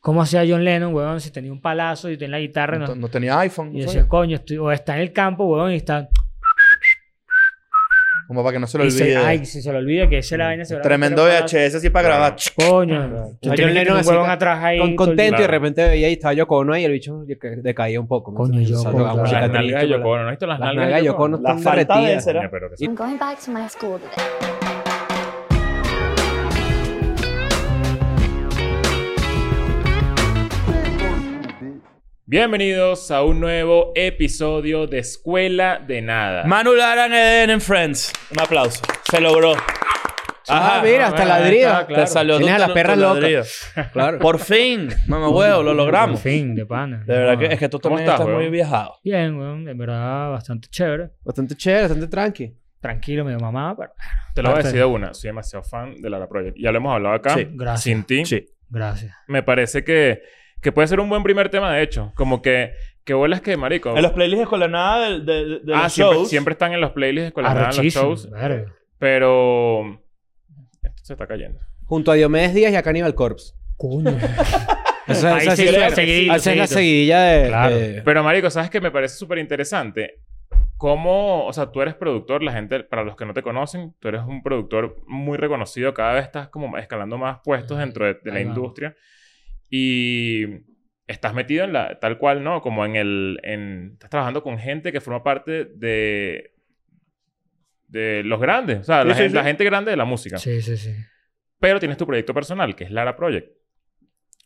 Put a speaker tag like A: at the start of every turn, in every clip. A: ¿Cómo hacía John Lennon, weón? Si tenía un palazo y tenía la guitarra.
B: No,
A: No,
B: no tenía iPhone.
A: Ah, y
B: no
A: decía,
B: sabía.
A: coño, estoy- o está en el campo, weón, y está.
B: Como para que no se lo
A: y se-
B: olvide.
A: ay, si se lo olvida que
C: Mm.
A: esa es la vaina. seguramente
B: Tremendo
A: era un palazo.
B: VHS así para grabar.
A: Coño, tú
D: John
A: tienes que
D: Lennon
A: tener un
D: así
A: huevón
D: ca-
A: atrás ahí. todo
D: Con
A: el día.
D: contento y de
E: Claro.
D: repente veía ahí estaba Yoko Ono ahí y el bicho deca- decaía un poco. ¿me
A: Coño,
D: entiendes? O sea,
A: Yoko,
D: tocaba
A: claro.
D: música
E: Las
D: triste,
E: nalgas de Yoko
D: tocaba-
E: Ono. ¿No has visto las
D: Las
E: nalgas
D: nalgas de Yoko
B: La
D: Ono están
B: falta de
D: derretidas.
B: será.
E: Coño, pero que sí.
F: I'm going back to my school today.
E: Bienvenidos a un nuevo episodio de Escuela de Nada.
C: Manu Lara en Eden and Friends. Un aplauso. Se logró.
D: Ah,
C: Ajá.
D: mira, hasta
E: bueno, ahí
D: ladrido.
E: está, claro.
C: Te salió tu-
D: Tienes a las
C: tu-
D: perras
C: tu
D: locas.
C: ladrido.
D: Claro.
C: Por fin, mamá huevo, lo
A: Por
C: logramos.
A: fin, Ah. de pana.
C: De verdad que es que tú
E: ¿Cómo
C: también
E: estás,
C: estás, muy
E: huevón?
C: viajado.
A: Bien, weón, en verdad, bastante chévere.
D: Bastante chévere, bastante tranqui.
A: Tranquilo, medio mamá, pero
E: Te lo voy a
A: Parte.
E: decir de una. Soy demasiado fan de Lara Project. Ya lo hemos hablado acá.
C: Sí.
A: ah, Gracias.
E: Sin ti.
C: Sí.
A: gracias.
E: Me parece que, que puede ser un buen primer tema, de hecho. Como que, que bolas que, marico.
C: En los playlists de Escuela de Nada de, de, de- de
E: ah,
C: los
E: siempre,
C: shows.
E: siempre están en los playlists de Nada en los
A: Arrechísimo,
E: shows.
A: verga.
E: Pero. Esto se está cayendo.
D: Junto a Diomedes Díaz y a Cannibal Corpse.
A: Coño.
D: Esa
A: Ahí
D: esa-
A: sí, seguidito,
D: esa- esa es la
A: seguidito.
D: seguidilla de...
A: Claro.
D: de-
E: Pero, Marico, ¿sabes qué? Me parece súper interesante. ¿Cómo, o sea, tú eres productor, la gente, para los que no te conocen, tú eres un productor muy reconocido, cada vez estás como escalando más puestos dentro de, de la
A: Ahí vamos.
E: industria y estás metido en la, tal cual, ¿no? Como en el, en, estás trabajando con gente que forma parte de, de los grandes, o sea,
C: Sí,
E: la,
C: sí,
E: gente,
C: sí.
E: la gente grande de la música.
A: Sí, sí, sí.
E: Pero tienes tu proyecto personal, que es Lara Project.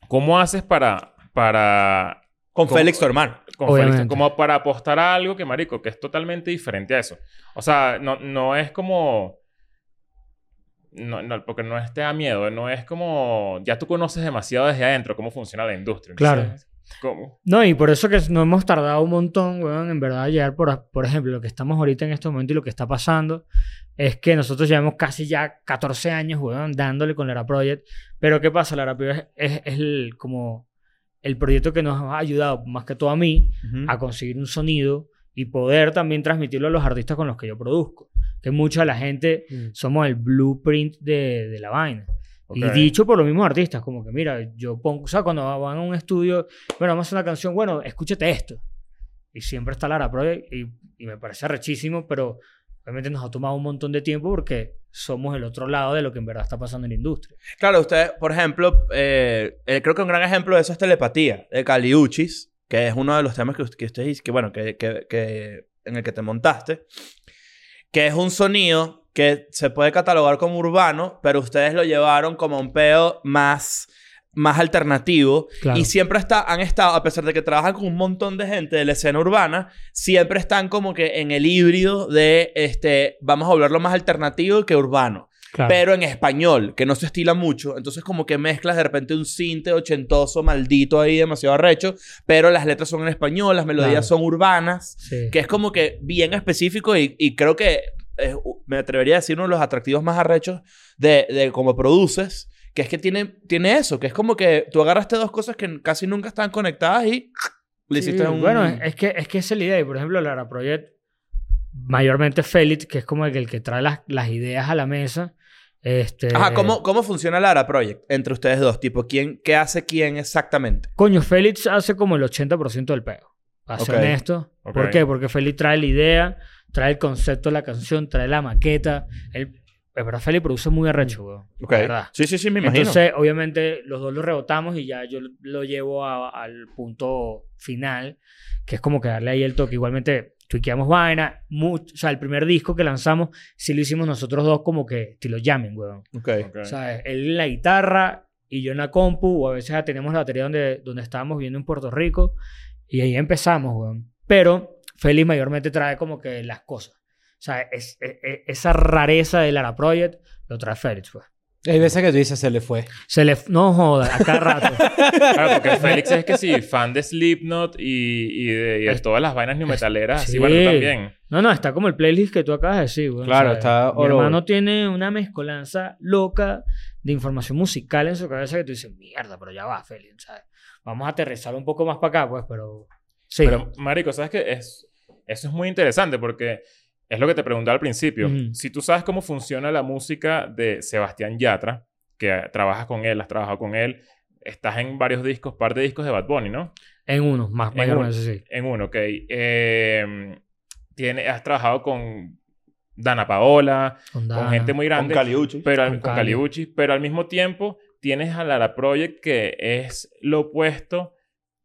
E: ¿Cómo haces para, para
C: Con
E: Con-
C: Félix, tu hermano.
E: con Félix,
A: Obviamente.
E: como para apostar a algo que, marico, que es totalmente diferente a eso. O sea, no, no es como... No, no, porque no es te da miedo, no es como... Ya tú conoces demasiado desde adentro cómo funciona la industria.
A: Claro.
E: Entonces, ¿cómo?
A: No, y por eso que no hemos tardado un montón, weón, en verdad, a llegar, por, por ejemplo, lo que estamos ahorita en este momento y lo que está pasando, es que nosotros llevamos casi ya 14 años, weón, dándole con Lara Project, pero ¿qué pasa? Lara Project es, es el, como el proyecto que nos ha ayudado, más que todo a mí, a conseguir un sonido y poder también transmitirlo a los artistas con los que yo produzco, que mucha de la gente
D: Mm.
A: somos el blueprint de, de la vaina. Y
E: Ok.
A: dicho por los mismos artistas, como que mira, yo pongo, o sea, cuando van a un estudio, bueno, vamos a hacer una canción, bueno, escúchate esto. Y siempre está Lara Project y, y me parece rechísimo, pero obviamente nos ha tomado un montón de tiempo porque somos el otro lado de lo que en verdad está pasando en la industria.
C: Claro, usted, por ejemplo, eh, eh, creo que un gran ejemplo de eso es Telepatía, de Caliuchis, que es uno de los temas que, us- que usted dice, que bueno, que, que- que- en el que te montaste, que es un sonido que se puede catalogar como urbano, pero ustedes lo llevaron como un peo más, más alternativo.
A: Claro.
C: Y siempre está, han estado, a pesar de que trabajan con un montón de gente de la escena urbana, siempre están como que en el híbrido de, este, vamos a hablarlo más alternativo que urbano
A: Claro.
C: pero en español, que no se estila mucho. Entonces, como que mezclas de repente un cinte ochentoso, maldito ahí, demasiado arrecho, pero las letras son en español, las melodías
A: Claro.
C: son urbanas,
A: Sí.
C: que es como que bien específico y, y creo que es u- me atrevería a decir uno de los atractivos más arrechos de, de cómo produces, que es que tiene, tiene eso, que es como que tú agarraste dos cosas que casi nunca están conectadas y le
A: Sí,
C: hiciste un.
A: Bueno, es- es que, es que esa es la idea. Y por ejemplo, Lara Project, mayormente Félix, que es como el que, el que trae las, las ideas a la mesa. Este,
C: Ajá, ¿cómo, ¿cómo funciona Lara Project entre ustedes dos? Tipo, ¿quién, ¿qué hace quién exactamente?
A: Coño, Félix hace como el 80% del pego. Para ser
C: Ok.
A: honesto.
E: Ok.
A: ¿Por qué? Porque Félix trae la idea, trae el concepto de la canción, trae la maqueta. Él, es verdad, Félix produce muy arrecho, weón.
C: Mm. Ok.
A: La verdad.
C: Sí, sí, sí, me imagino.
A: Entonces, obviamente, los dos lo rebotamos y ya yo lo llevo a- al punto final, que es como que darle ahí el toque. Igualmente, tuiqueamos vaina. mucho- o sea, el primer disco que lanzamos, sí lo hicimos nosotros dos como que te lo llamen, weón.
C: Ok.
E: Ok.
A: O sea, él en la guitarra y yo en la compu, o a veces tenemos la batería donde, donde estábamos viviendo en Puerto Rico, y ahí empezamos, weón. Pero Félix mayormente trae como que las cosas. O sea, es- es- es- esa rareza del Lara Project lo trae Félix, weón.
D: Hay veces que tú dices, se le fue.
A: Se le... No joda, a cada rato.
E: Claro, porque Félix es que sí, fan de Slipknot y, y de, y de
A: Es-
E: todas las vainas new metaleras.
A: sí.
E: Sí, bueno, tú también.
A: No, no, está como el playlist que tú acabas de decir, güey.
D: Claro, está
A: Mi
D: all
A: hermano
D: over.
A: tiene una mezcolanza loca de información musical en su cabeza que tú dices, mierda, pero ya va, Félix, ¿sabes? Vamos a aterrizar un poco más para acá, pues, pero... Sí.
E: Pero, Marico, ¿sabes qué? Es, eso es muy interesante porque es lo que te preguntaba al principio.
A: Ujú.
E: Si tú sabes cómo funciona la música de Sebastián Yatra, que trabajas con él, has trabajado con él, estás en varios discos, par de discos de Bad Bunny, ¿no?
A: En uno, más
E: En
A: mayor,
E: uno.
A: eso sí.
E: En uno, ok. Eh, tiene, has trabajado con Dana Paola,
A: Con,
E: con
A: Dana.
E: gente muy
C: Con
E: grande.
C: Caliuchi.
E: pero al-
A: Con
E: con,
A: Cali.
E: Caliuchi, pero al mismo tiempo tienes a Lara Project que es lo opuesto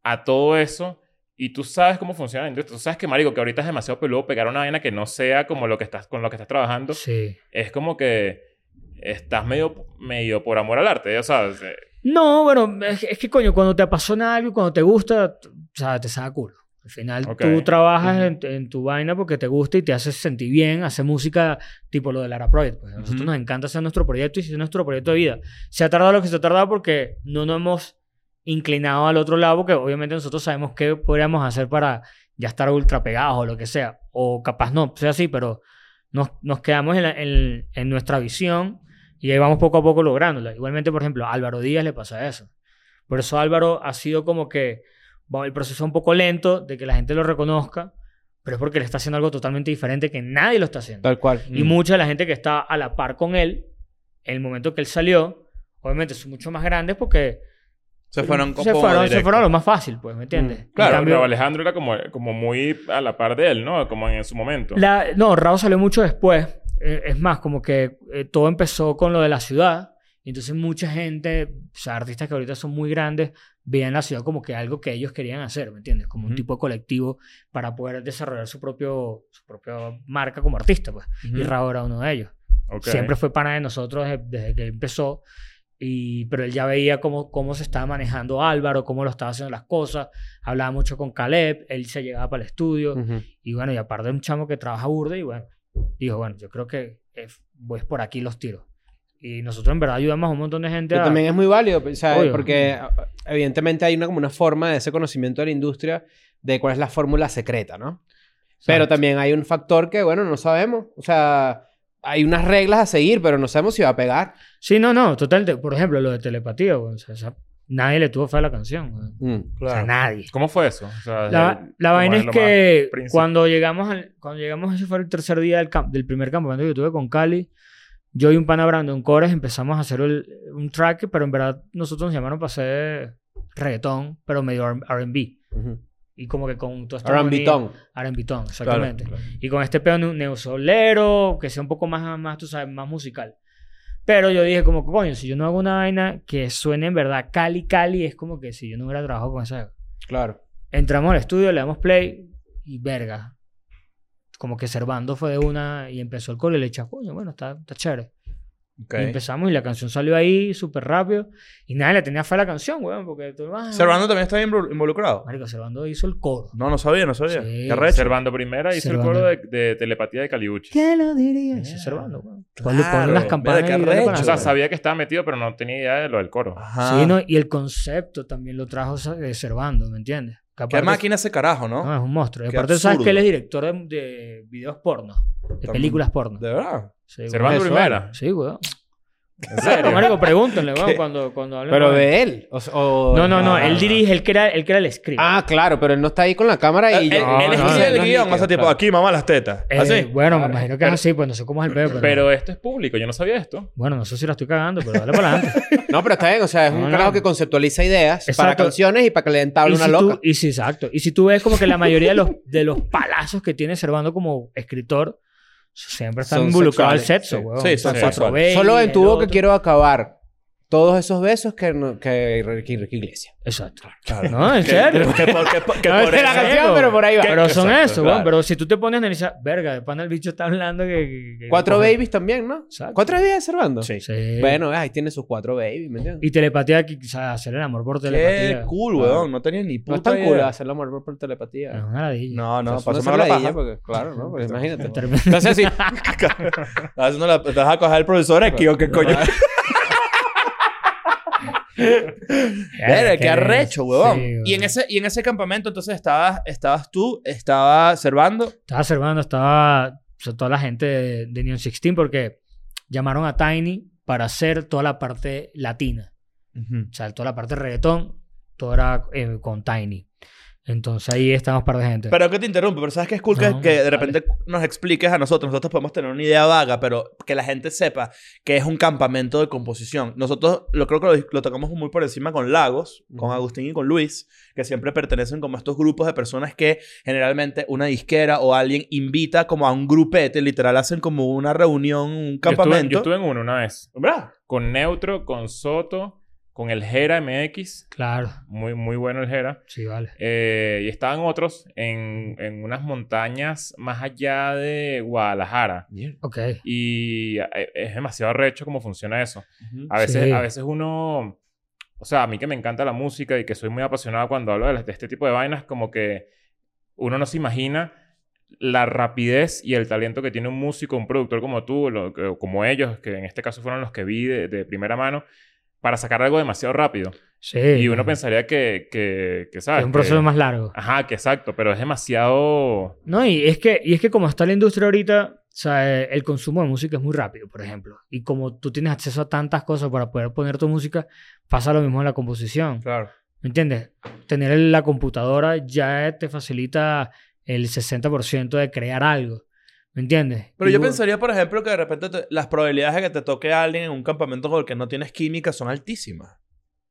E: a todo eso y tú sabes cómo funciona la industria. Tú sabes que, marico, que ahorita es demasiado peludo pegar una vaina que no sea como lo que estás, con lo que estás trabajando.
A: Sí.
E: Es como que estás medio, medio por amor al arte, o sea... se-
A: No, bueno, es, es que coño, cuando te apasiona algo, y cuando te gusta, t- o sea, te saca culo. Al final
E: Ok.
A: tú trabajas en, en tu vaina porque te gusta y te hace sentir bien, hace música tipo lo de Lara Project. pues. A nosotros
C: Ujú.
A: nos encanta hacer nuestro proyecto y es nuestro proyecto de vida. Se ha tardado lo que se ha tardado porque no nos hemos inclinado al otro lado porque obviamente nosotros sabemos qué podríamos hacer para ya estar ultra pegados o lo que sea. O capaz no, sea así, pero nos, nos quedamos en, la- en- en nuestra visión y ahí vamos poco a poco lográndola. Igualmente, por ejemplo, a Álvaro Díaz le pasa eso. Por eso Álvaro ha sido como que bueno, el proceso es un poco lento de que la gente lo reconozca, pero es porque le está haciendo algo totalmente diferente que nadie lo está haciendo.
D: Tal Mm. cual.
A: Y mucha de la gente que está a la par con él, en el momento que él salió, obviamente son mucho más grandes porque
C: Se fueron
A: se fueron, se fueron a lo más fácil, pues, ¿me entiendes? En
E: Mm. Claro,
A: cambio,
E: Raúl Alejandro era como, como muy a la par de él, ¿no? Como en su momento.
A: La- no, Rao salió mucho después. Eh, es más, como que eh, todo empezó con lo de la ciudad. Y entonces mucha gente, o sea, artistas que ahorita son muy grandes, veían la ciudad como que algo que ellos querían hacer, ¿me entiendes? Como un
C: Ujú.
A: tipo de colectivo para poder desarrollar su propio, su propia marca como artista, pues. Y Rao era uno de ellos.
E: Ok.
A: Siempre fue pana de nosotros desde, desde que empezó. Y, pero él ya veía cómo, cómo se estaba manejando Álvaro, cómo lo estaba haciendo las cosas. Hablaba mucho con Caleb, él se llegaba para el estudio.
D: Ujú.
A: Y bueno, y aparte de un chamo que trabaja burda, y bueno, dijo, bueno, yo creo que eh, voy por aquí los tiros. Y nosotros en verdad ayudamos a un montón de gente
D: Pero
A: a...
D: también es muy válido, ¿sabes?
A: Obvio.
D: Porque a- evidentemente hay una, como una forma de ese conocimiento de la industria de cuál es la fórmula secreta, ¿no? Pero también hay un factor que, bueno, no sabemos. O sea, hay unas reglas a seguir, pero no sabemos si va a pegar.
A: Sí, no, no, total. te- por ejemplo, lo de telepatía, güey, o sea, esa- nadie le tuvo fe a la canción. güey.
D: Mm.
A: O sea, nadie.
E: ¿Cómo fue eso? O sea,
A: La,
E: desde-
A: la
E: como
A: vaina es
E: lo
A: que
E: más príncipe.
A: cuando llegamos, al, cuando llegamos, ese fue el tercer día del, cam- del primer campamento que tuve con Cali. Yo y un pana Brandon Cores empezamos a hacer el- un track, pero en verdad nosotros nos llamaron para hacer reggaetón, pero medio R&B. Y como que con todo
D: Rambitón.
A: Arambitón, exactamente. Y con este pedo neu- neusolero, que sea un poco más, más, tú sabes, más musical. Pero yo dije como, coño, si yo no hago una vaina que suene en verdad cali, cali, es como que si yo no hubiera trabajado con esa...
D: Claro.
A: Entramos al estudio, le damos play y verga. Como que Servando fue de una y empezó el cole y le echa, coño, bueno, está, está chévere.
C: Ok.
A: Y empezamos y la canción salió ahí súper rápido. Y nadie le tenía fe a la canción, weón, porque tú... ah,
C: Servando también está invol- involucrado.
A: Marico, Servando hizo el coro.
C: No, no sabía, no sabía.
A: Sí,
C: Qué recho.
E: Servando primera hizo
A: Servando.
E: el coro de, de telepatía de Caliuchi.
A: ¿Qué lo diría?
C: Yeah.
A: Servando, weón.
C: Ah, Claro,
A: Ponle- ponle las
C: mira,
A: campanas
C: qué
A: y dale con
C: arrecho.
E: O sea,
A: las-
E: sabía que estaba metido, pero no tenía idea de lo del coro.
D: Ah,
C: Ajá.
A: Sí, no, y el concepto también lo trajo Sa- eh, Servando, ¿me entiendes? Que
C: Qué
A: aparte-
C: máquina ese carajo, ¿no?
A: No, es un monstruo. Y
C: Qué
A: aparte, ¿sabes
C: absurdo.
A: que él es director de, de videos porno? De
C: Tam-
A: películas porno.
C: De verdad.
A: Sí,
E: Servando
D: Eso,
E: primera.
A: weón. Sí, weón.
C: En serio.
A: Marico, pregúntenle, weón,
C: ¿Qué?
A: cuando, cuando hablen
D: Pero
A: con él.
D: de él. o- o-
A: No, no, no.
C: Ah.
A: Él dirige, él crea, él crea el script.
D: Ah, claro, pero él no está ahí con la cámara y...
C: él él- él
E: no,
C: escribe el
E: no,
C: guión, o sea, tipo, aquí mamá las tetas.
A: Eh,
C: Así.
A: Bueno, me
D: Claro.
A: imagino que es así, pues no sé cómo es el pedo, pero...
E: Pero esto es público, yo no sabía esto.
A: Bueno, no sé si la estoy cagando, pero dale para adelante.
D: No, pero está bien. O sea, es
A: No,
D: un
A: no.
D: carajo que conceptualiza ideas para
A: Exacto.
D: canciones y para que le entable
A: y
D: una
A: si
D: loca.
A: Tú, y si, exacto. Y si tú ves como que la mayoría de los, de los palazos que tiene Servando como escritor siempre están
D: Son
A: involucrados al
D: sexuales,
A: sexo,
D: sí.
A: weón.
C: Sí,
A: O sea,
C: son
A: cuatro
C: sexuales.
A: veces,
D: Solo en tu
A: el
D: boca
A: otro.
D: quiero acabar todos esos besos que, no- que Enrique Enrique Iglesias.
A: Exacto.
C: Claro.
A: No, en
C: Que-
A: serio.
C: Que, por- que por- que
D: No,
C: por
D: esa es la
C: eso-
D: canción, pero por ahí va.
A: Pero son
C: Exacto,
A: eso,
C: claro.
A: weón. Pero si tú te pones a analizar, verga, de pana el bicho está hablando que. que- que-
D: Cuatro
A: coge.
D: babies también, ¿no?
A: Exacto.
D: ¿Cuatro babies de Servando?
C: Sí.
A: Sí.
D: Bueno, ahí tiene sus cuatro babies, ¿me entiendes?
A: Y telepatía, que- o sea, hacer el amor por telepatía.
C: Qué cool, weón. No tenía ni
D: No
C: puta
D: es tan
C: idea.
D: cool hacer el amor por- por
A: Es
D: telepatía.
A: una ladilla.
C: No, no,
D: O sea,
C: pasó
D: es una
C: más la
D: ladilla,
C: paja.
D: porque, claro, ¿no? Porque imagínate.
A: Termina-
D: Entonces, sí.
C: Estás haciendo la... Te vas a coger al profesor aquí o qué coño. Verga, qué arrecho, huevón.
A: Sí,
C: y, en ese, y en ese campamento, entonces, estabas, estabas tú, estaba Servando.
A: Estaba Servando, estaba sobre toda la gente de, de Neon 16 porque llamaron a Tiny para hacer toda la parte latina. O sea, toda la parte de reggaetón, todo era eh, con Tiny. Entonces ahí estamos par de gente.
C: Pero que te interrumpo, pero sabes que es cool que-
A: No,
C: que, de repente nos expliques a nosotros. Nosotros podemos tener una idea vaga, pero que la gente sepa que es un campamento de composición. Nosotros lo creo que lo, lo tocamos muy por encima con Lagos, con
D: Ujú.
C: Agustín y con Luis, que siempre pertenecen como a estos grupos de personas que generalmente una disquera o alguien invita como a un grupete, literal hacen como una reunión, un
E: Yo estuve-
C: campamento.
E: Yo estuve, en uno una vez.
C: ¿Verdad?
E: Con Neutro, con Soto, con el Jera MX.
A: Claro,
E: Muy, muy bueno el Jera.
A: sí, vale.
E: Eh, y estaban otros en, en unas montañas más allá de Guadalajara.
A: Ok.
E: Y eh, es demasiado recho cómo funciona eso. A veces,
A: Sí.
E: a veces uno, o sea, a mí que me encanta la música y que soy muy apasionado cuando hablo de, las- de este tipo de vainas, como que uno no se imagina la rapidez y el talento que tiene un músico, un productor como tú, lo que- o como ellos, que en este caso fueron los que vi de, de primera mano, para sacar algo demasiado rápido.
A: Sí.
E: Y uno pensaría que, que, que, Ah.
A: que
E: ¿sabes?
A: es un proceso
E: Que-
A: más largo.
E: Ajá, que exacto, pero es demasiado...
A: No, y es que, y es que como está la industria ahorita, o sea, eh, el consumo de música es muy rápido, por ejemplo. Y como tú tienes acceso a tantas cosas para poder poner tu música, pasa lo mismo en la composición.
C: Claro.
A: ¿Me entiendes? Tener el- la computadora ya te facilita el 60% de crear algo. ¿Me entiendes?
C: Pero
A: Y
C: yo
A: bu-
C: pensaría, por ejemplo, que de repente te- las probabilidades de que te toque a alguien en un campamento con el que no tienes química son altísimas.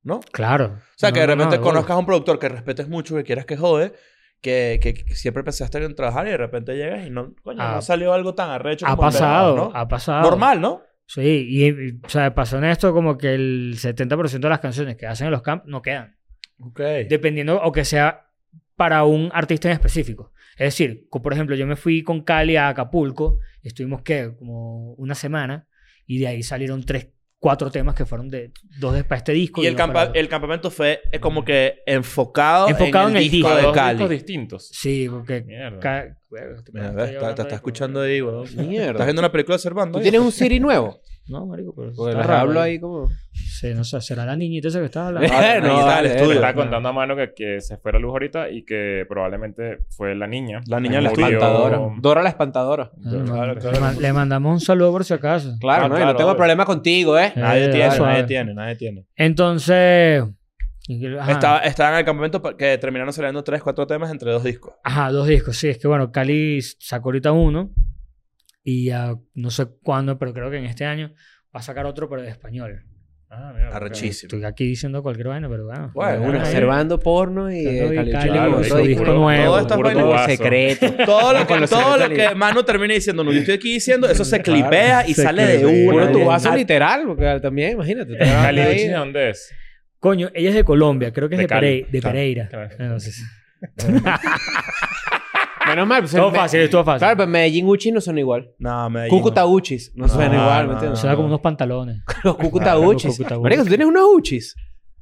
C: ¿No?
A: Claro.
C: O sea, que de
A: No, no, no,
C: repente
A: de bola.
C: conozcas a un productor que respetes mucho, que quieras que jode, que, que, que siempre pensaste en trabajar y de repente llegas y no, coño,
A: Ah.
C: no salió algo tan arrecho.
A: Ha
C: como
A: pasado,
C: esperabas, ¿no?
A: ha pasado.
C: Normal, ¿no?
A: Sí, y, y, o sea, pasó en esto como que el 70% de las canciones que hacen en los camps no quedan.
C: Ok.
A: Dependiendo, o que sea para un artista en específico. Es decir, co- por ejemplo, yo me fui con Cali a Acapulco, estuvimos ¿qué? como una semana, y de ahí salieron tres, cuatro temas que fueron de dos de, para este disco.
C: y el,
A: uno para
C: campa-
A: otro.
C: el campamento fue eh, como que enfocado,
A: Enfocado
C: en el, disco,
E: para
C: de
E: dos
C: Cali.
E: discos distintos.
A: Sí, porque
E: Mierda.
A: Ca- Verga, este
C: Mira,
A: man
C: ves,
A: está
C: está- te
A: hablando
C: está
A: de-
C: escuchando ahí, weón. Estás
D: Mierda.
C: viendo Pues una película de Cervando.
D: ¿Tú
C: ahí?
D: tienes un Siri nuevo?
A: No, marico, pero
D: Porque
A: está
D: les
A: raro,
D: hablo
A: ¿eh?
D: ahí como...
A: Sí, no sé, será la niñita esa que estaba hablando.
C: Ah, no, está
D: No,
C: en
D: vale,
C: el
E: Te
C: estudio.
E: estaba contando a mano que, que se fue la luz ahorita y que probablemente fue la niña.
C: La niña
E: Que
C: la
E: murió-
C: espantadora.
D: Dora la espantadora.
A: Ah, no,
C: Claro,
A: le
C: claro.
A: man- Le mandamos un saludo por si acaso.
D: Claro,
C: Ah,
D: ¿no?
C: claro,
D: yo no tengo
C: obvio.
D: problema contigo, ¿eh?
C: Nadie
A: Eh,
C: tiene,
A: suave.
C: nadie tiene, nadie tiene.
A: Entonces. Ajá,
C: Estaba, estaba en el campamento pa- que terminaron saliendo tres, cuatro temas entre dos discos.
A: ajá, dos discos. Sí, es que bueno, Cali sacó ahorita uno. Y ya no sé cuándo, pero creo que en este año va a sacar otro, pero de español.
E: Ah, mierda.
C: Arrechísimo.
A: Estoy aquí diciendo cualquier vaina, pero bueno.
C: Bueno,
A: Ahí.
D: Uno observando porno y
A: Claro,
D: eh,
A: y
D: Cali
A: Cali
D: Ochoa,
A: con
D: ¿no?
A: su
D: Todo
A: disco
D: puro-
A: nuevo.
C: Todo está
D: puro
C: bueno.
D: tubo
E: Guaso.
D: secreto.
C: Todo lo
D: Con
C: que,
D: los
C: todo lo
D: celulares.
C: que Manu termina diciendo, no, yo estoy aquí diciendo, eso se
A: Claro.
C: clipea y
A: Se
C: sale de
A: clipea.
C: una.
D: Puro
A: Puro
D: tubazo
C: Al-
D: literal, porque también, imagínate. te
E: Cali
D: grabando
E: Uchis,
D: ahí.
E: ¿de dónde es?
A: Coño, ella es de Colombia, creo que es
E: De
A: de, Perei-
E: Cali.
A: de
C: Claro,
A: Pereira.
E: claro.
A: Entonces,
D: Menos mal. pues,
A: todo
D: me-
A: fácil, todo fácil.
D: Claro, pero Medellín Uchis no son igual.
C: No, me
D: Cúcuta Uchis no
C: No,
D: suena igual,
C: no,
D: ¿me entiendes?
A: Se da
C: no.
A: como unos pantalones.
D: Los Cúcuta
A: Claro, los
D: Uchis.
A: Cúcuta
D: Marico,
A: Uchis.
D: ¿tú tienes unos Uchis?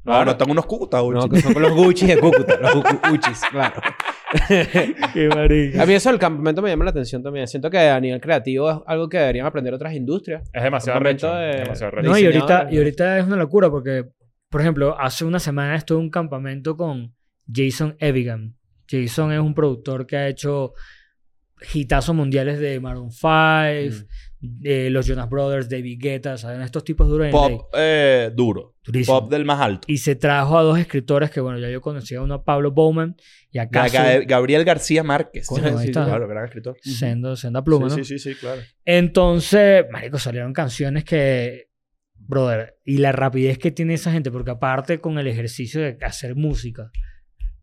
C: No, no, tengo unos Cúcuta Uchi.
D: No, que son los Gucci de Cúcuta. Los Cucu- Uchis, claro.
A: Qué marica.
D: A mí eso del campamento me llama la atención también. Siento que a nivel creativo es algo que deberían aprender otras industrias.
E: Es demasiado
D: Campamento
E: arrecho.
D: de-
E: es demasiado arrecho.
A: No, y
D: diseñadores,
A: ahorita, y
D: ¿no?
A: ahorita es una locura porque, por ejemplo, hace una semana estuve en un campamento con Jason Evigan. Jason es un productor que ha hecho hitazos mundiales de Maroon 5, de los Jonas Brothers, David Guetta, ¿saben? Estos tipos duros en LA.
C: Mm. Pop eh, duro.
A: Durísimo.
C: Pop del más alto.
A: Y se trajo a dos escritores que, bueno, ya yo conocía, uno a Pablo Bowman y a
C: Ga-
A: Casu,
C: Ga- Gabriel García Márquez.
A: Coño, ahí
C: Sí,
A: está.
C: Claro, gran escritor.
A: Senda, Senda Pluma,
C: sí,
A: ¿no?
C: sí, sí, sí, claro.
A: Entonces, marico, salieron canciones que, brother, y la rapidez que tiene esa gente, porque aparte con el ejercicio de hacer música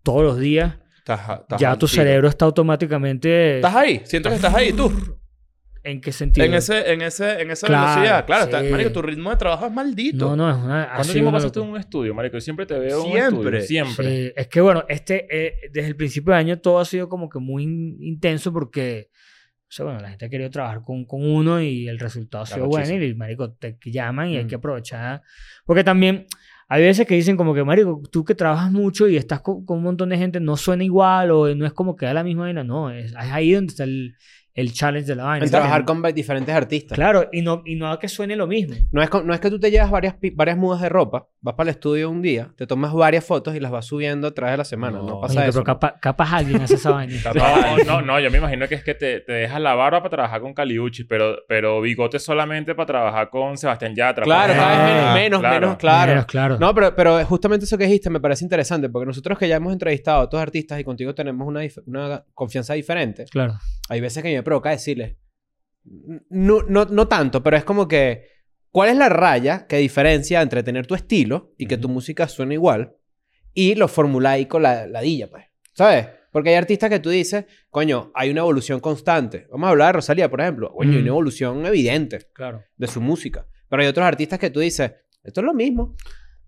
A: todos los días,
C: Estás- estás
A: ya
C: al
A: tu
C: tiro.
A: cerebro está automáticamente
C: Estás ahí. Siento que estás ahí tú.
A: en qué sentido.
C: En, ese, en, ese, en esa
A: Claro,
C: velocidad. Claro, está-
A: sí.
C: Marico, tu ritmo de trabajo es maldito.
A: no, no, es una. ha
E: ¿Cuánto
A: sido
E: tiempo
A: una
E: pasaste en
A: locura.
E: un estudio, marico? Yo Siempre te veo en un
C: Siempre.
E: estudio. Siempre.
A: Sí, es que bueno, este, eh, desde el principio de año todo ha sido como que muy in- intenso porque, o sea, bueno, la gente ha querido trabajar con, con uno y el resultado ha sido bueno y, marico, te llaman y hay
E: Mm.
A: que aprovechar. Porque también hay veces que dicen como que, marico, tú que trabajas mucho y estás co- con, un montón de gente, no suena igual o no es como que da la misma vaina. No, es, es ahí donde está el, el challenge de la vaina.
D: En trabajar con va- diferentes artistas.
A: Claro, y no, y no a que suene lo mismo.
D: No es, co- no es que tú te llevas varias, pi- varias mudas de ropa, vas para el estudio un día, te tomas varias fotos y las vas subiendo a través de la semana. No,
A: Marico,
C: No.
D: pasa eso.
A: pero capa- capaz alguien hace esa vaina.
E: No, no, no, yo me imagino que es que te, te dejas la barba para trabajar con Caliuchi, pero, pero bigote solamente para trabajar con Sebastián Yatra.
D: Claro,
E: por
D: cada vez
E: ejemplo.
D: menos, menos,
E: Claro.
D: menos, claro.
A: Menos, claro.
D: No, pero, pero justamente eso que dijiste me parece interesante, porque nosotros que ya hemos entrevistado a otros artistas y contigo tenemos una, dif- una confianza diferente,
A: Claro.
D: hay veces que me provoca decirles, no, no, no tanto, pero es como que, ¿cuál es la raya que diferencia entre tener tu estilo y que tu música suene igual y lo formulaico, la ladilla, pues? ¿Sabes? Porque hay artistas que tú dices, coño, hay una evolución constante. Vamos a hablar de Rosalía, por ejemplo. Coño, hay
A: Mm.
D: una evolución evidente
A: Claro.
D: de su música. Pero hay otros artistas que tú dices, esto es lo mismo.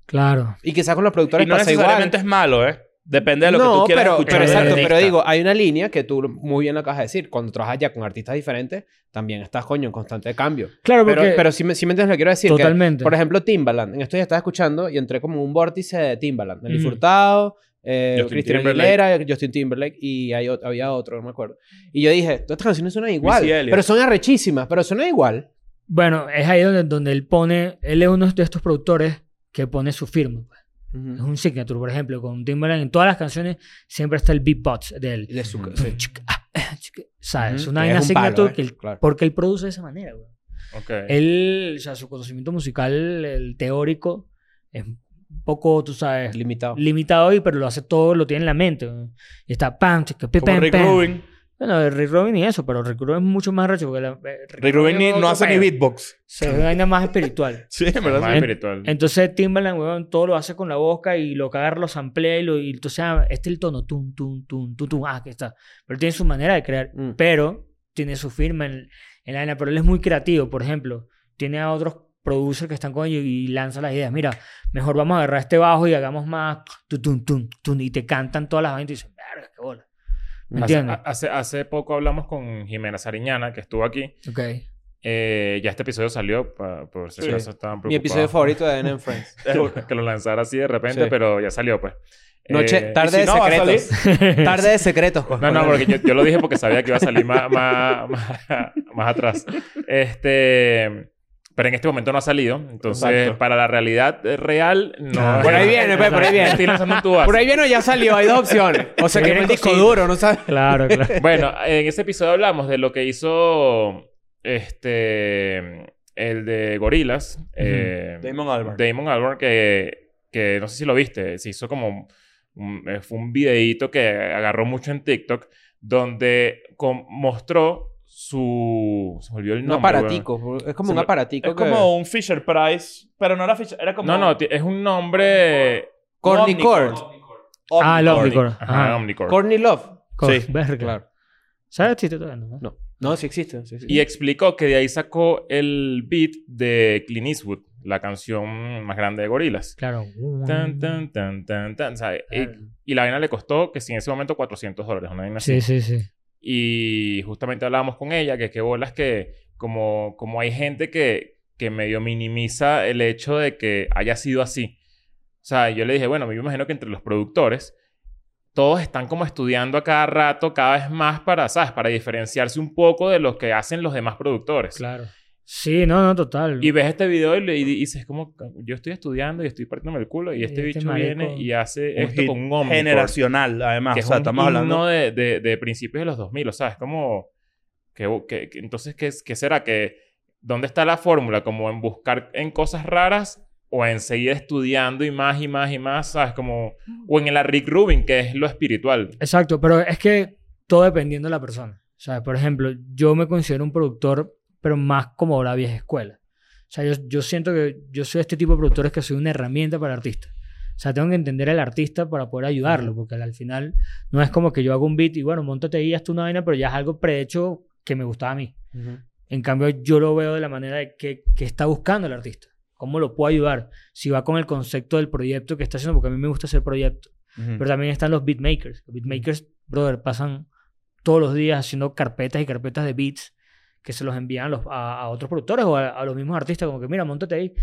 A: Claro.
D: Y quizás con los
C: Y
D: productores
C: no
D: pasa igual.
C: necesariamente es malo, ¿eh? Depende de lo que tú quieras
D: pero,
C: escuchar.
D: pero
C: del
D: exacto, pero
C: artista.
D: digo, hay una línea que tú muy bien lo acabas de decir. Cuando trabajas ya con artistas diferentes, también estás, coño, en constante cambio.
A: Claro,
D: Pero,
A: porque...
D: pero si, me, si me entiendes lo que quiero decir. que,
A: totalmente.
D: por ejemplo, Timbaland. En esto ya estaba escuchando y entré como en un vórtice de Timbaland. El
A: Ujú.
D: Furtado, eh,
E: Justin
D: Cristina
E: Timberlake.
D: Aguilera, Justin Timberlake y hay o- había otro, no me acuerdo. Y yo dije, todas estas canciones suenan igual.
C: Missy Elliott.
D: Pero son arrechísimas, pero suenan igual.
A: Bueno, es ahí donde, donde él pone... Él es uno de estos productores que pone su firma. Es un signature, por ejemplo, con Timbaland. En todas las canciones siempre está el beatbox de él.
D: Y de su- sí.
A: Chica, ah, ah, chica. ¿Sabes?
D: Ujú.
A: Una
D: Que es
A: vaina
D: un
A: signature
D: palo, ¿eh?
A: que él-
D: Claro.
A: porque él produce de esa manera, güey.
E: Ok.
A: Él, o sea, su conocimiento musical, el teórico, es un poco, tú sabes,
D: Limitado.
A: limitado y pero lo hace todo, lo tiene en la mente. güey. Y está pam, chica, pi,
C: Como
A: pam,
C: Rick
A: pam.
C: Rubin.
A: Bueno, de Rick Rubin y eso, pero Rick Rubin es mucho más recho porque la- eh,
C: Rick Rubin ni-
A: es
C: no
A: otro
C: hace ni
A: pedo.
C: beatbox.
A: Se ve vaina más espiritual.
C: Sí, en verdad.
E: Más
A: en-
E: espiritual.
C: Mm.
A: Entonces Timbaland, weón, todo lo hace con la boca y lo cagar, lo samplea y lo... Y entonces, ah, este es el tono, tum, tum, tum, tum, tum, ah, que está. Pero tiene su manera de crear,
D: Mm.
A: pero tiene su firma en, en la vaina. Pero él es muy creativo, por ejemplo. Tiene a otros producers que están con ellos y lanza las ideas. Mira, mejor vamos a agarrar este bajo y hagamos más... Tum, tum, tum, tum, y te cantan todas las vainas y dices, verga, qué bola. ¿Me
E: Hace,
A: entiendes?
E: a- hace, hace poco hablamos con Jimena Sariñana, que estuvo aquí.
C: ah.
A: Ok.
E: Eh, ya este episodio salió, pa- por si
D: Sí.
E: acaso estaban preocupados.
D: Mi episodio favorito de NM Friends.
E: favorito. que lo lanzara así de repente,
D: Sí.
E: pero ya salió, pues.
D: Noche,
E: Eh,
D: tarde
C: y si
D: de
C: no, va a
D: secretos. Tarde de secretos,
C: Pues,
E: No, no, porque yo, yo lo dije porque sabía que iba a salir más, más, más, más atrás. Este, pero en este momento no ha salido. Entonces,
C: Exacto.
E: para la realidad eh, real, no.
D: Por ahí viene, pues, por ahí viene.
E: Estoy lanzando un tubazo.
D: Por ahí viene o ya salió, hay dos opciones. O sea, que
A: Miren
D: el disco
A: cositas.
D: duro, ¿no sabes?
A: Claro, claro.
E: Bueno, en ese episodio hablamos de lo que hizo este el de Gorilas. eh,
C: Damon Albarn.
E: Damon Albarn, que, que no sé si lo viste, se hizo como. un- eh, fue un videíto que agarró mucho en TikTok, donde con- mostró su. Se me olvidó el
D: Un
E: nombre. weón.
D: aparatico. Es como un
E: Se-
D: aparatico
C: Es
D: que...
C: como un Fisher Price, pero no era Fisher, era como...
E: No, no, ti- es un nombre.
D: Cornicord.
A: ah, el
C: Omnicord.
A: Omnicore.
E: Ajá,
A: Ajá.
E: Omnicorp.
D: Corny Love.
A: Cor-
C: Sí,
A: verga.
D: Claro.
A: ¿Sabes el chiste todavía? No.
D: No. No, sí existe. sí existe.
E: Y explicó que de ahí sacó el beat de Clint Eastwood, la canción más grande de Gorilas.
A: Claro.
E: Tan, tan, tan, tan, tan, ¿sabes? Y-
A: Mm. Claro.
E: Y, la vaina le costó, que si en ese momento, 400 dólares. Una vaina
A: Sí,
E: así.
A: sí, sí.
E: Y justamente hablábamos con ella que qué bolas que como, como hay gente que, que medio minimiza el hecho de que haya sido así. O sea, yo le dije, bueno, me imagino que entre los productores todos están como estudiando a cada rato, cada vez más para, ¿sabes? Para diferenciarse un poco de lo que hacen los demás productores.
A: Claro. Sí, no, no, total.
E: Y ves este video y, le- y dices como, yo estoy estudiando y estoy partiéndome el culo y
A: Y
E: este,
A: este
E: bicho viene
A: marico-
E: y hace
C: Un
E: esto
C: hit
E: con un hombre.
C: generacional, además.
E: Que
C: o sea,
E: es
C: estamos
E: un himno
C: hablando...
E: de, de, de principios de los 2000, o sea, es como... Que, que- que- entonces, ¿qué, qué será? que ¿Dónde está la fórmula? ¿Como en buscar en cosas raras o en seguir estudiando y más y más y más? ¿Sabes? Como... O en el Rick Rubin, que es lo espiritual.
A: Exacto, pero es que todo dependiendo de la persona. O sea, por ejemplo, yo me considero un productor, pero más como la vieja escuela. O sea, yo, yo siento que yo soy este tipo de productores que soy una herramienta para el artista. O sea, tengo que entender al artista para poder ayudarlo, porque al final no es como que yo hago un beat y bueno, montate ahí, hasta una vaina, pero ya es algo prehecho que me gustaba a mí.
D: Ujú.
A: En cambio, yo lo veo de la manera de que, que está buscando el artista. ¿Cómo lo puedo ayudar? Si va con el concepto del proyecto que está haciendo, porque a mí me gusta hacer proyectos.
D: Mm.
C: Ujú.
A: Pero también están los beatmakers. Los beatmakers, brother, pasan todos los días haciendo carpetas y carpetas de beats que se los envían a los- a, a otros productores o a, a los mismos artistas. Como que, mira, montate ahí.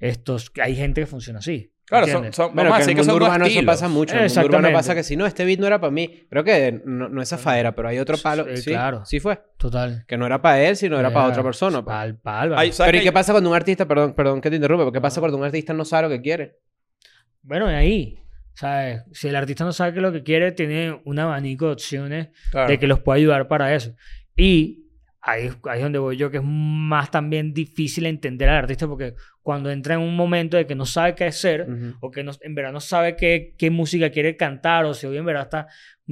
A: Estos, hay gente que funciona así.
C: Claro, son,
A: ¿entiendes?
C: son,
D: Bueno,
C: vamos a decir
D: que en
C: que
D: el
C: son
D: mundo
C: dos
D: urbano eso
C: estilos.
D: pasa mucho. En el mundo urbano
A: Exactamente.
D: pasa que si no, este beat no era para mí. Creo que no, no es zafadera, pero hay otro palo.
A: Sí,
D: Sí,
A: claro.
D: Sí fue.
A: Total. Eh,
D: Que no era para él, sino era para otra persona. pues.
A: Pal, pal, pal.
C: Hay- ¿sabes
D: Pero ¿y
C: qué?
D: Ah. qué pasa cuando un artista, perdón, perdón que te interrumpa, pero qué pasa cuando un artista no sabe lo que quiere?
A: bueno, de ahí. ¿Sabes? Si el artista no sabe qué es lo que quiere, tiene un abanico de opciones
C: Claro.
A: de que los pueda ayudar para eso. Y ahí, es- ahí es donde voy yo, que es más también difícil entender al artista, porque cuando entra en un momento de que no sabe qué hacer,
D: Ujú.
A: o que no- en verdad no sabe qué, qué música quiere cantar, o si hoy en verdad está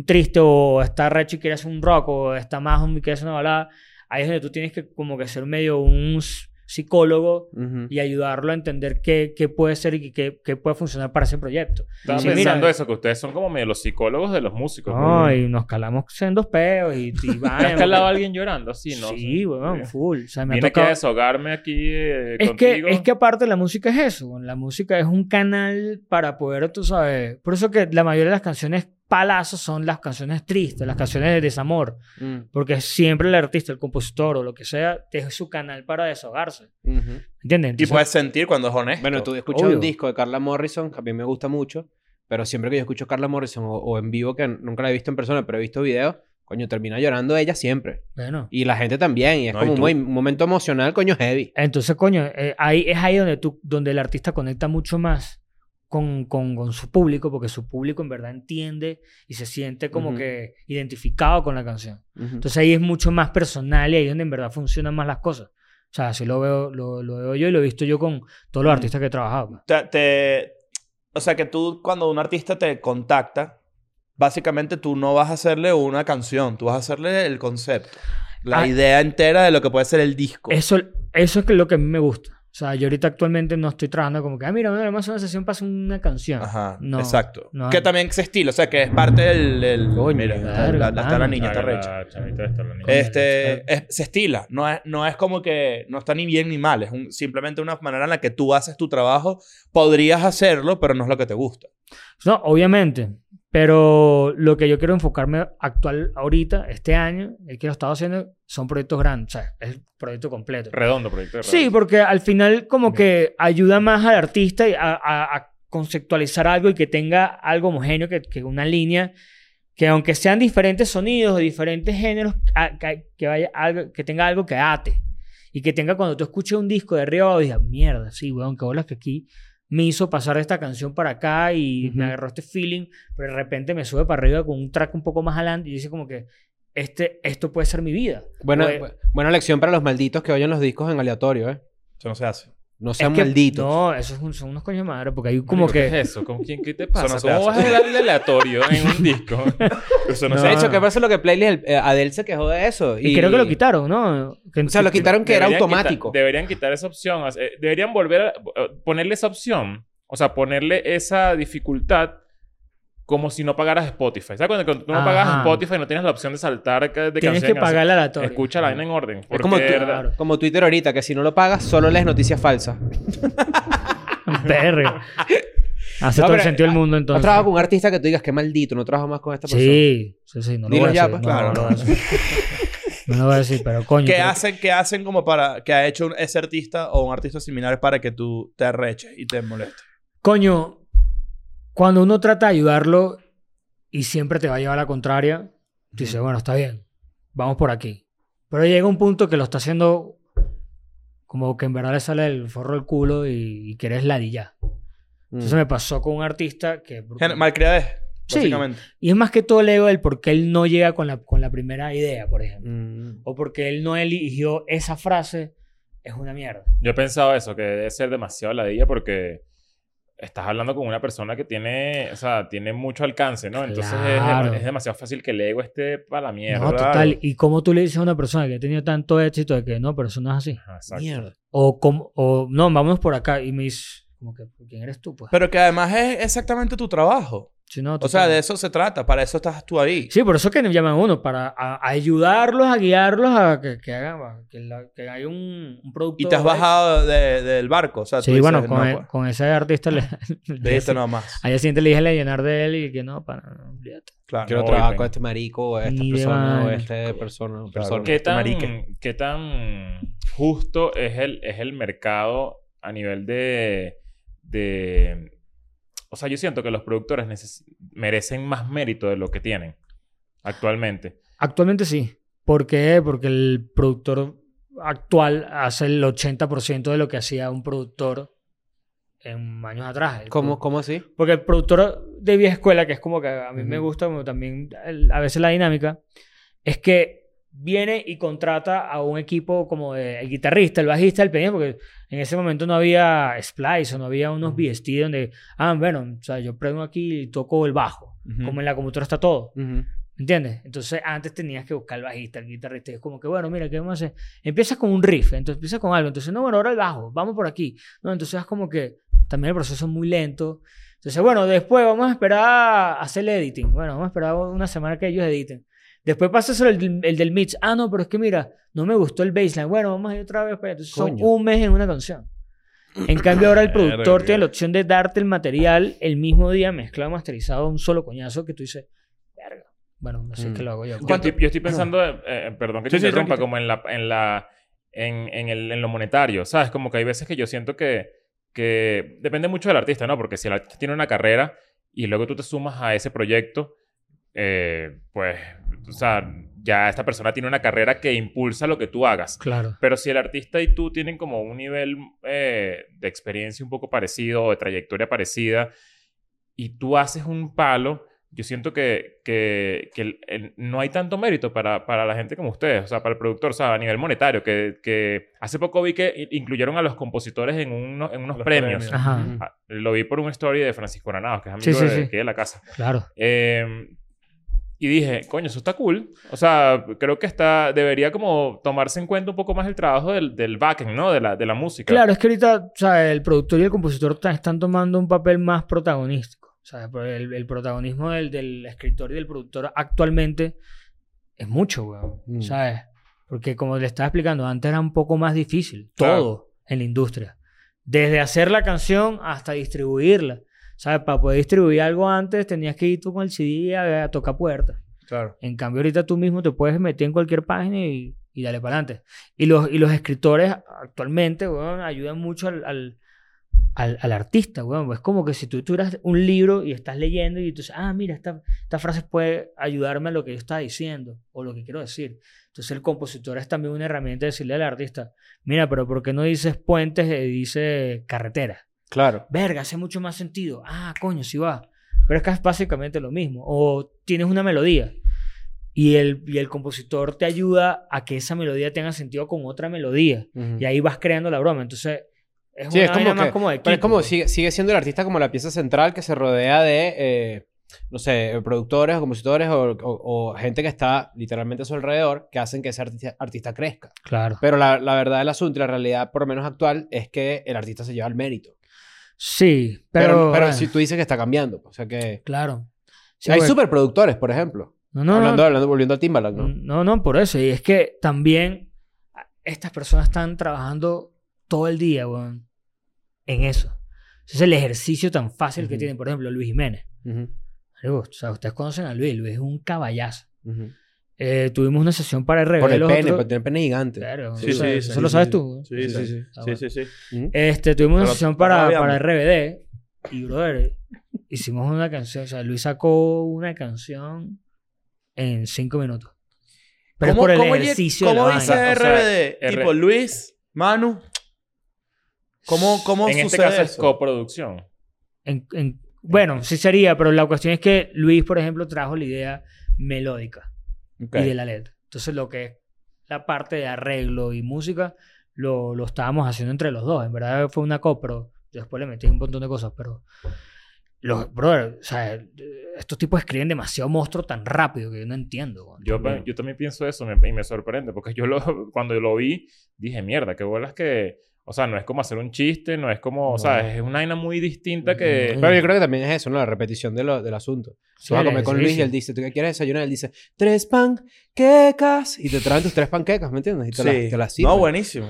A: triste o está recho y quiere hacer un rock, o está más y quiere hacer una balada, ahí es donde tú tienes que como que ser medio un s- psicólogo
D: Ujú.
A: y ayudarlo a entender qué, qué puede ser y qué, qué puede funcionar para ese proyecto.
E: Estaba
A: Sí,
E: pensando
A: mira.
E: eso, que ustedes son como medio los psicólogos de los músicos.
A: No, y nos calamos en dos peos y, y
E: ¿Has
A: vaina,
E: calado a alguien llorando? Sí,
A: porque-
E: ¿no?
A: Sí, weón, full. O sea, me ha
E: Tiene que
A: tocado...
E: desahogarme aquí eh,
A: Es que,
E: contigo.
A: es que aparte la música es eso, la música es un canal para poder, tú sabes, por eso que la mayoría de las canciones palazos son las canciones tristes, las canciones de desamor,
D: Mm,
A: porque siempre el artista, el compositor o lo que sea, es su canal para desahogarse,
D: ujú.
A: ¿entiendes?
C: Y pues,
A: Entonces,
C: puedes sentir cuando es honesto.
D: Bueno, tú escuchas
A: obvio.
D: un disco de Carla Morrison, que a mí me gusta mucho, pero siempre que yo escucho a Carla Morrison o, o en vivo, que nunca la he visto en persona, pero he visto videos, coño, termina llorando ella siempre.
A: bueno,
D: Y la gente también, y es
C: No, y
D: como un,
C: tú.
D: mo- un momento emocional, coño, heavy.
A: entonces coño, eh, ahí es ahí donde tú, donde el artista conecta mucho más con, con, con su público, porque su público en verdad entiende y se siente como
D: Ujú.
A: que identificado con la canción.
D: Ujú.
A: Entonces ahí es mucho más personal y ahí es donde en verdad funcionan más las cosas. O sea, así lo veo, lo, lo veo yo y lo he visto yo con todos los artistas que he trabajado. pues.
C: Te, te- o sea, que tú, cuando un artista te contacta, básicamente tú no vas a hacerle una canción, tú vas a hacerle el concepto. La
A: Ah.
C: idea entera de lo que puede ser el disco.
A: Eso, eso es que- lo que a mí me gusta. O sea, yo ahorita actualmente no estoy trabajando como que, ah, mira, bueno, más una sesión pasa una canción.
C: Ajá,
A: No,
C: exacto.
A: no.
C: Que también se estilo, o sea, que es parte del... del-
D: Coño,
C: mira, está-
A: claro,
C: la- la- está la
A: mano.
C: niña, está
E: Claro,
C: recha.
E: la chamita esta, la niña.
A: Coño,
C: Este,
E: eh,
A: está-
C: es- se estila, no es, no es como que no está ni bien ni mal, es un- simplemente una manera en la que tú haces tu trabajo, podrías hacerlo, pero no es lo que te gusta.
A: No, obviamente. Pero lo que yo quiero enfocarme actual, ahorita, este año, el que lo he estado haciendo, son proyectos grandes. O sea, es el proyecto completo.
E: Redondo, proyecto de
A: Sí,
E: redondo.
A: porque al final como que ayuda más al artista y a, a- a conceptualizar algo y que tenga algo homogéneo, que, que una línea, que aunque sean diferentes sonidos o diferentes géneros, a- que, que vaya algo, que tenga algo que ate. Y que tenga cuando tú escuches un disco de arriba abajo, digas, mierda, sí, weón, qué bolas que aquí me hizo pasar esta canción para acá y me
D: Ujú.
A: agarró este feeling, pero de repente me sube para arriba con un track un poco más adelante y dice como que este, esto puede ser mi vida.
D: Buena,
A: Pues-
D: bu- buena lección para los malditos que oyen los discos en aleatorio, ¿eh?
C: Eso no se hace.
D: No
A: Es
D: sean
A: que-
D: malditos.
A: No, esos son unos coños de madre, porque hay como
E: Marico,
A: que...
E: ¿Qué es eso? ¿Con quién? ¿Qué te pasa?
C: no se
E: ¿Cómo vas
C: hace.
E: a darle aleatorio en un disco?
C: Eso
A: No.
D: De hecho, ¿qué pasa lo que Playlist? el- eh, Adele se quejó de eso.
A: Y, creo que lo quitaron, ¿no? Que-
D: O sea, lo quitaron que era
E: Deberían
D: automático.
E: quitar- deberían quitar esa opción. o sea, eh, Deberían volver a eh, ponerle esa opción. O sea, ponerle esa dificultad como si no pagaras Spotify. ¿Sabes? Cuando, cuando tú no pagas
A: Ajá.
E: Spotify no tienes la opción de saltar ca- de
A: Tienes
E: canción
A: que
E: en canción.
A: pagar la aleatoria.
E: Escucha la vaina en orden. Porque,
D: Es como, tu-
E: de verdad,
A: Claro.
D: como Twitter ahorita, que si no lo pagas, solo lees noticias falsas.
A: Verga. Hace
D: No,
A: todo
D: pero,
A: el sentido del mundo
D: ¿Has
A: entonces.
D: trabajado con un artista que tú digas, qué maldito, no trabajo más con esta persona?
A: Sí, sí, sí. No lo
D: Dilo
A: voy a
D: ya,
A: decir.
D: pues.
A: no,
C: Claro.
A: no lo voy a decir. No lo voy a decir, pero coño.
C: ¿Qué
A: creo que-
C: hacen, ¿Qué hacen como para... que ha hecho un- ese artista o un artista similar para que tú te arreches y te molestes?
A: Coño, cuando uno trata de ayudarlo y siempre te va a llevar la contraria, tú dices, bueno, está bien, vamos por aquí. Pero llega un punto que lo está haciendo como que en verdad le sale el forro del culo y, y quieres ladillar.
D: Mm.
A: Entonces me pasó con un artista que...
C: Gen- Malcriadez,
A: Sí.
C: básicamente.
A: Y es más que todo el ego del por qué él no llega con la, con la primera idea, por ejemplo.
D: Mm.
A: O porque él no eligió esa frase, es una mierda.
E: Yo he pensado eso, que debe ser demasiado ladilla porque estás hablando con una persona que tiene, o sea, tiene mucho alcance, ¿no? Entonces es dema-
A: Claro.
E: es, demasiado fácil que el ego esté para la mierda.
A: No,
C: claro.
A: total. ¿Y cómo tú le dices a una persona que ha tenido tanto éxito de que no, pero eso no es así?
E: Ajá, exacto.
D: Mierda.
A: O, como, o no, vámonos por acá. Y me dice, como que, ¿quién eres tú? Pues?
C: Pero que además es exactamente tu trabajo.
A: Si no,
C: O sea,
A: total.
C: de eso se trata. Para eso estás tú ahí.
A: Sí, por eso que nos llaman a uno, para a- a ayudarlos, a guiarlos a que, que hagan, a que, la- que haya un, un producto.
C: Y te has bajado de- del barco. O sea, tú
A: Sí,
C: dices,
A: bueno,
C: no,
A: con, el-
C: pues,
A: con ese artista le.
C: de esto no más.
A: Ayer siguiente le dije a llenar de él y que no, para. no, olvídate.
C: Claro.
D: Yo no
E: No,
D: trabajo
E: ven.
D: con este marico, o esta
A: Ni de
D: persona, o
A: vaina.
D: este persona, o
C: Claro.
D: persona.
E: ¿Qué
C: Este
E: tan,
C: marique.
E: ¿Qué tan justo es el, es el mercado a nivel de, de... O sea, yo siento que los productores neces- merecen más mérito de lo que tienen actualmente.
A: Actualmente sí. ¿Por qué? Porque el productor actual hace el 80% de lo que hacía un productor en años atrás. El
D: ¿Cómo,
A: produ-
D: cómo así?
A: Porque el productor de vieja escuela, que es como que a mí me
D: Ujú.
A: gusta como también el- a veces la dinámica, es que viene y contrata a un equipo como de- el guitarrista, el bajista, el pianista, porque en ese momento no había splice o no había unos
D: Ujú.
A: BST donde, ah, bueno, o sea, yo prendo aquí y toco el bajo,
C: Ujú.
A: como en la computadora está todo.
D: Ujú.
A: ¿Entiendes? Entonces antes tenías que buscar el bajista, el guitarrista. y es como que, bueno, mira, ¿qué vamos a hacer? Empiezas con un riff, entonces empiezas con algo. Entonces, no, bueno, ahora el bajo, vamos por aquí. No, entonces es como que también el proceso es muy lento. Entonces, bueno, después vamos a esperar a hacer el editing. Bueno, vamos a esperar una semana que ellos editen. Después pasa solo el, del- el del mix. Ah, no, pero es que mira, no me gustó el baseline. Bueno, vamos a ir otra vez. Para... allá. Entonces son
D: Coño.
A: un mes en una canción. En cambio, ahora el
C: Verga,
A: productor tiene
C: tío.
A: la opción de darte el material el mismo día mezclado, masterizado, un solo coñazo que tú dices, verga. Bueno, no sé
D: Mm.
A: qué lo hago yo.
E: Yo estoy, yo estoy pensando, eh, eh, perdón que te
C: Sí, sí,
E: interrumpa,
C: tranqui,
E: como en la, en la, en, en el- en lo monetario, ¿sabes? Como que hay veces que yo siento que, que depende mucho del artista, ¿no? Porque si el artista tiene una carrera y luego tú te sumas a ese proyecto, eh, pues, o sea, ya esta persona tiene una carrera que impulsa lo que tú hagas.
A: Claro.
E: Pero si el artista y tú tienen como un nivel eh, de experiencia un poco parecido o de trayectoria parecida y tú haces un palo, yo siento que, que, que el- el- no hay tanto mérito para, para la gente como ustedes, o sea, para el productor, o sea, a nivel monetario, que, que hace poco vi que i- incluyeron a los compositores en, uno- en unos
C: Los
E: premios.
C: premios.
A: Ajá,
D: Ujú.
E: Ah, Lo vi por un story de Francisco Granados, que es
A: Sí,
E: amigo
A: sí,
E: de,
A: sí.
E: que es de la casa.
A: claro.
E: Eh, y dije, coño, eso está cool. O sea, creo que está, debería como tomarse en cuenta un poco más el trabajo del, del backend, ¿no? De la, de la música.
A: Claro, es que ahorita, o sea, el productor y el compositor ta- están tomando un papel más protagonístico. O sea, por el, el protagonismo del, del escritor y del productor actualmente es mucho, weón.
D: Mm.
A: ¿Sabes? Porque como le estaba explicando, antes era un poco más difícil.
C: Claro.
A: Todo en la industria. Desde hacer la canción hasta distribuirla. ¿Sabes? Para poder distribuir algo antes tenías que ir tú con el CD a, a tocar puertas.
C: Claro.
A: En cambio, ahorita tú mismo te puedes meter en cualquier página y, y dale para adelante. Y los, y los escritores actualmente, weón, ayudan mucho al, al, al- al artista, weón. Es como que si tú tuvieras un libro y estás leyendo y tú dices, ah, mira, esta, esta frase puede ayudarme a lo que yo estaba diciendo o lo que quiero decir. Entonces, el compositor es también una herramienta de decirle al artista, mira, pero ¿por qué no dices puentes y dice carreteras?
D: Claro.
A: verga, hace mucho más sentido. Ah, coño, sí va. Pero es que es básicamente lo mismo. O tienes una melodía y el, y el compositor te ayuda a que esa melodía tenga sentido con otra melodía.
D: Ujú.
A: Y ahí vas creando la broma. Entonces, es
D: Sí,
A: una
D: es como
A: vaina más
D: que-
A: como de
D: Pero es
A: equipo,
D: como,
A: pues.
D: sigue, sigue siendo el artista como la pieza central que se rodea de, eh, no sé, productores o compositores o, o- o gente que está literalmente a su alrededor que hacen que ese artista, artista crezca.
A: Claro.
D: Pero la, la verdad del asunto y la realidad, por lo menos actual, es que el artista se lleva el mérito.
A: Sí, pero...
D: Pero, pero,
A: bueno,
D: si tú dices que está cambiando, o sea que...
A: Claro. Sí,
D: hay
A: güey.
D: superproductores, por ejemplo.
A: No, no,
D: hablando,
A: no,
D: hablando- volviendo a Timbaland, ¿no?
A: Mm, no, no, por eso. Y es que también estas personas están trabajando todo el día, weón, en eso. Ese es el ejercicio tan fácil que
D: Ujú.
A: tienen, por ejemplo, Luis Jiménez.
D: Ujú,
A: Marico, o sea, ustedes conocen a Luis, Luis es un caballazo.
D: ujú.
A: Eh, tuvimos una sesión para el
D: Por el
A: revelo.
D: pene, por tener pene gigante.
A: Claro,
C: pues, Sí,
A: eso,
C: sí,
A: eso
C: sí,
A: lo
C: sí,
A: sabes
C: sí.
A: tú.
C: Sí, sí, sí.
A: Ah,
C: Sí,
A: bueno.
C: sí, sí.
D: Ujú.
A: Este, tuvimos una
C: Pero-
A: sesión para,
C: pero
A: para RBD y, brother, hicimos una canción. O sea, Luis sacó una canción en cinco minutos. Pero es
C: ¿Cómo-
A: por el
C: cómo lle-
A: ejercicio de
C: ¿Cómo
A: la
C: dice
A: vaina.
E: O sea,
C: RBD?
E: R-
C: Tipo Luis, Manu. ¿Cómo, cómo
E: en este
C: sucede
E: caso es
C: eso?
E: coproducción.
A: En- en- bueno, sí sería, pero la cuestión es que Luis, por ejemplo, trajo la idea melódica.
C: Ok.
A: y de la letra. Entonces, lo que es la parte de arreglo y música, lo, lo estábamos haciendo entre los dos. En verdad fue una copro. Yo Después le metí un montón de cosas, pero. Los, brother, o sea, eh, estos tipos escriben demasiado monstruo tan rápido que yo no entiendo. weón.
E: Yo, pa- yo también pienso eso me- y me sorprende, porque yo lo, cuando lo vi, dije, mierda, qué bolas que... O sea, no es como hacer un chiste, no es como... O sea, es una vaina muy
C: Mm,
E: distinta que...
A: Ujú.
D: Pero yo creo que también es eso, ¿no? La repetición de lo- del asunto.
A: Sí,
D: Tú vas a
A: el
D: comer con Luis y
A: ejercicio.
D: él dice, ¿tú qué quieres desayunar? Él dice, tres panquecas. Y te traen tus tres panquecas, ¿me entiendes? Y te las
C: Sí.
D: te las sirven.
C: No, buenísimo.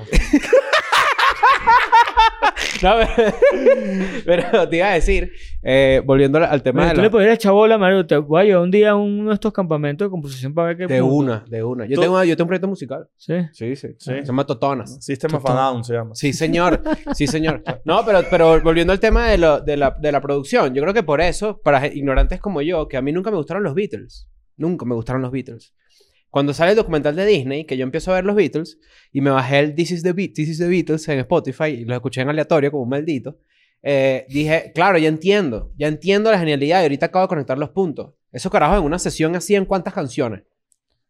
D: No, pero, pero te iba a decir, eh, volviendo al tema
A: Mira,
D: de,
A: tú
D: la-
A: le podrías echar bola, Mario. Te voy a llevar un día a uno de estos campamentos de composición para ver qué.
D: de
A: puta.
D: una, de una. Yo
C: Tú-
D: tengo, yo tengo un proyecto musical.
A: Sí.
D: Sí, sí.
C: Sí.
D: Se llama Totonas.
C: System of a Down se llama.
D: Sí, señor. Sí, señor. No, pero, pero volviendo al tema de, lo- de, la, de la producción, yo creo que por eso, para ge- ignorantes como yo, que a mí nunca me gustaron los Beatles. Nunca me gustaron los Beatles. Cuando sale el documental de Disney, que yo empiezo a ver los Beatles, y me bajé el This is the, Be- This is the Beatles en Spotify, y los escuché en aleatorio como un maldito, eh, dije, claro, ya entiendo, ya entiendo la genialidad y ahorita acabo de conectar los puntos. Esos carajos en una sesión hacían cuántas canciones.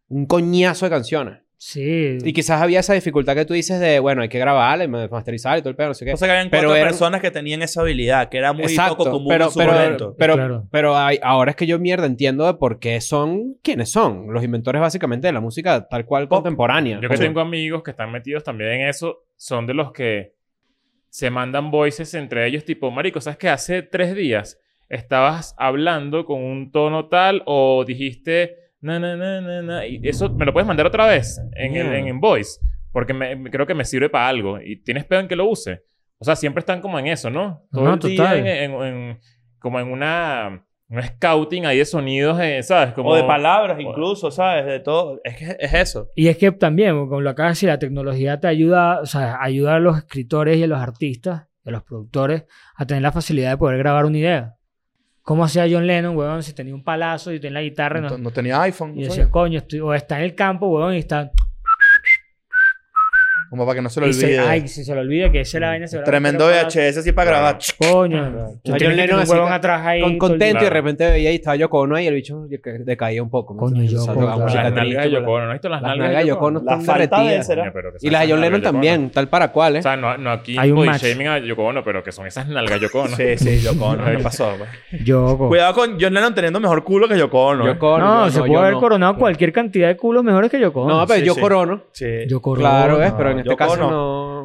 D: Un coñazo de canciones.
A: Sí.
D: Y quizás había esa dificultad que tú dices de, bueno, hay que grabarla y masterizar y todo el pedo, no sé qué.
C: O sea, que habían
D: Pero
C: cuatro
D: eran-
C: personas que tenían esa habilidad, que era muy poco común
D: pero,
C: en su
D: pero,
C: momento.
D: Pero,
A: Claro.
D: pero hay- ahora es que yo mierda entiendo de por qué son quienes son. Los inventores básicamente de la música tal cual
C: Pop.
D: contemporánea.
E: Yo que
D: Sí.
E: tengo amigos que están metidos también en eso, son de los que se mandan voices entre ellos, tipo, Marico, ¿sabes que hace tres días estabas hablando con un tono tal o dijiste, na, na, na, na, na", y eso me lo puedes mandar otra vez en, el-
D: Yeah.
E: en, en voice, porque me- me- creo que me sirve para algo y tienes pedo en que lo use. O sea, siempre están como en eso, ¿no? Todo
A: No,
E: el día
A: total.
E: en- en- en- como en una. Un scouting ahí de sonidos, eh, ¿sabes? Como,
C: O de palabras
E: Bueno.
C: incluso, ¿sabes? De todo. Es que es eso.
A: Y es que también, como lo acabas de decir, la tecnología te ayuda, o sea, ayuda a los escritores y a los artistas, y a los productores, a tener la facilidad de poder grabar una idea. ¿Cómo hacía John Lennon, weón? Si tenía un palazo y tenía la guitarra. no-
B: No, no tenía iPhone.
A: y
B: ¿no
A: decía,
B: sabes?
A: coño, estoy- o está en el campo, weón, y está.
B: Como para que no se lo
A: y se-
B: olvide.
A: ay, si se le olvida que ese la vaina se va a
C: Tremendo
A: meter un
C: VHS así para
E: Claro.
C: grabar.
A: palazo. Coño. Tú
D: John
A: tienes que
D: Lennon
A: tener un
D: así
A: huevón
D: con-
A: atrás ahí.
D: Con
A: todo el
D: contento
A: día.
D: y de
E: Claro.
D: repente veía y estaba Yoko Ono ahí y el bicho deca- decaía un poco. ¿me
A: Coño,
D: entiendes? O sea,
A: Yoko,
D: la
A: claro.
D: música
E: Las
D: triste,
E: nalgas de Yoko
D: pero-
E: Ono, ¿no has visto las
D: Las
E: nalgas
D: nalgas
E: de Yoko Ono?
D: no
C: La
D: están
C: falta de
D: derretidas.
C: ese, ¿no?
E: Coño, pero
D: Y
E: que esas
D: las de John
E: nalgas
D: Lennon
E: Yoko Ono.
D: también, tal para cual, ¿eh?
E: O sea, no, no aquí
A: Hay un
E: body
A: match.
E: shaming a Yoko Ono, pero que son esas nalgas Yoko Ono.
C: Sí, sí, Yoko Ono. ¿Qué pasó, güey?
A: Yo, co-
C: Cuidado con John Lennon teniendo mejor culo que Yoko Ono. ¿eh?
D: Yoko Ono,
A: No,
D: yo
A: se
D: no,
A: puede
D: yo
A: haber
D: no.
A: coronado cualquier cantidad de culos mejores que yo
D: No,
A: cono.
D: pero
C: sí,
D: yo
C: sí.
D: corono.
C: Sí.
A: yo corono.
D: Claro, ¿ves? Pero en este
C: Yoko
D: caso
C: Ono.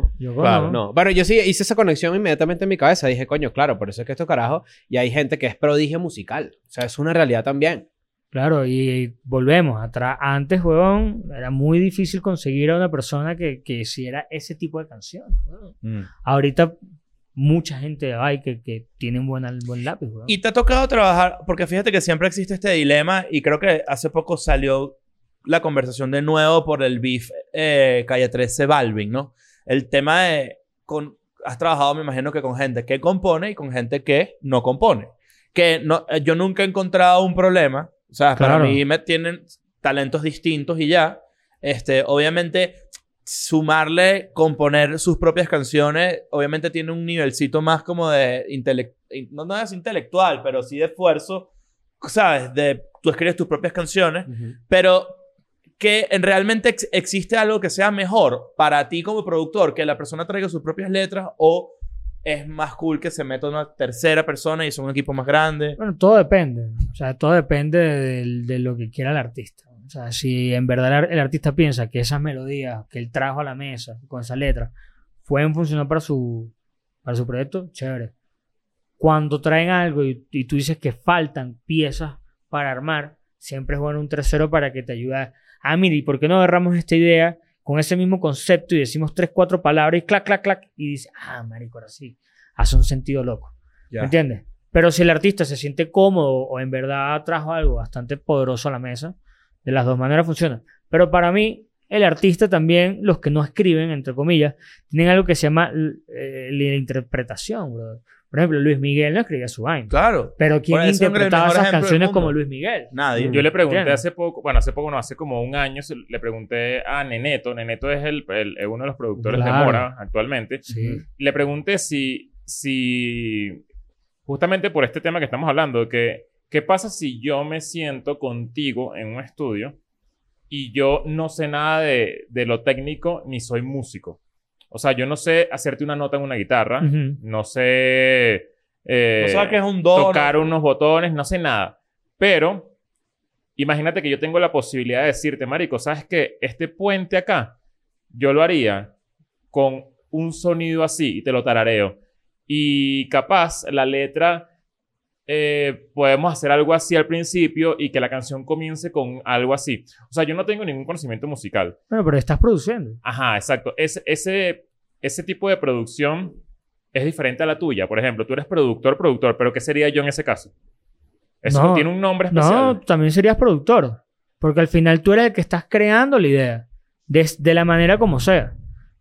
D: no.
A: Yo
C: Claro,
A: cono.
D: No, bueno, yo sí hice esa conexión inmediatamente en mi cabeza. Dije, coño, claro, por eso es que estos carajos. Y hay gente que es prodigio musical. O sea, es una realidad también.
A: Claro, y volvemos atrás. Antes, huevón, era muy difícil conseguir a una persona que, que hiciera ese tipo de canciones. huevón.
C: Mm.
A: Ahorita mucha gente hay que, que tiene un buen, buen lápiz, huevón.
C: Y te ha tocado trabajar, porque fíjate que siempre existe este dilema y creo que hace poco salió la conversación de nuevo por el beef eh, Calle 13 Balvin, ¿no? El tema de, con, has trabajado me imagino que con gente que compone y con gente que no compone. Que no, eh, yo nunca he encontrado un problema, o sea,
A: Claro.
C: para mí me tienen talentos distintos y ya. Este, obviamente sumarle componer sus propias canciones, obviamente tiene un nivelcito más como de intele- no, no es intelectual, pero sí de esfuerzo, ¿sabes? De tú escribes tus propias canciones, pero que en- realmente ex- existe algo que sea mejor para ti como productor, que la persona traiga sus propias letras o es más cool que se meta una tercera persona y son un equipo más grande.
A: Bueno, todo depende. O sea, todo depende del- de, lo que quiera el artista. O sea, si en verdad el ar- el artista piensa que esas melodías que él trajo a la mesa con esas letras pueden funcionar para su, para su proyecto, chévere. Cuando traen algo y, y tú dices que faltan piezas para armar, siempre es bueno un tercero para que te ayude. a- Ah, mire, ¿y por qué no agarramos esta idea con ese mismo concepto y decimos tres, cuatro palabras y clac, clac, clac? Y dices, ah, marico, ahora sí. Hace un sentido loco. ¿Me entiendes? Pero si el artista se siente cómodo o en verdad trajo algo bastante poderoso a la mesa, de las dos maneras funciona. Pero para mí, el artista también, los que no escriben, entre comillas, tienen algo que se llama eh, la interpretación, brother. Por ejemplo, Luis Miguel no escribía su vaina.
C: Claro.
A: Pero ¿quién
C: Bueno, ese hombre es el
A: interpretaba
C: mejor
A: esas
C: ejemplo del
A: canciones
C: mundo.
A: como Luis Miguel?
C: Nadie.
E: Yo le pregunté
A: Entiendo.
E: hace poco, bueno, hace poco no, hace como un año, se- le pregunté a Neneto, Neneto es el, el- es uno de los productores
A: Claro.
E: de Mora actualmente,
A: Sí.
E: le pregunté si, si, justamente por este tema que estamos hablando, que, ¿qué pasa si yo me siento contigo en un estudio y yo no sé nada de, de lo técnico ni soy músico? O sea, yo no sé hacerte una nota en una guitarra,
A: Ujú.
E: no sé... eh,
C: No sabes que es un don.
E: tocar unos botones, no sé nada. Pero imagínate que yo tengo la posibilidad de decirte, marico, ¿sabes qué? Este puente acá, yo lo haría con un sonido así y te lo tarareo. Y capaz la letra eh, podemos hacer algo así al principio y que la canción comience con algo así. O sea, yo no tengo ningún conocimiento musical.
A: Bueno, pero estás produciendo.
E: Ajá, exacto. Es- ese, ese tipo de producción es diferente a la tuya. Por ejemplo, tú eres productor, productor, pero ¿qué sería yo en ese caso? Eso
A: No.
E: tiene un nombre
A: No,
E: especial.
A: también serías productor. Porque al final tú eres el que estás creando la idea. des- De, la manera como sea.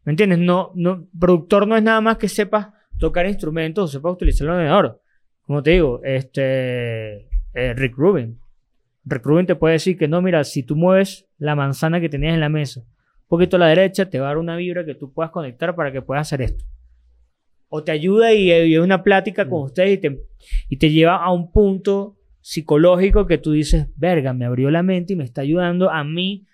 A: ¿Me entiendes? No, no, productor no es nada más que sepas tocar instrumentos o sepas utilizar el ordenador. Como te digo, este. eh, Rick Rubin. Rick Rubin te puede decir que no, mira, si tú mueves la manzana que tenías en la mesa un poquito a la derecha, te va a dar una vibra que tú puedas conectar para que puedas hacer esto. o te ayuda y y hay una plática
E: Mm.
A: con ustedes y te, y te lleva a un punto psicológico que tú dices, verga, me abrió la mente y me está ayudando a mí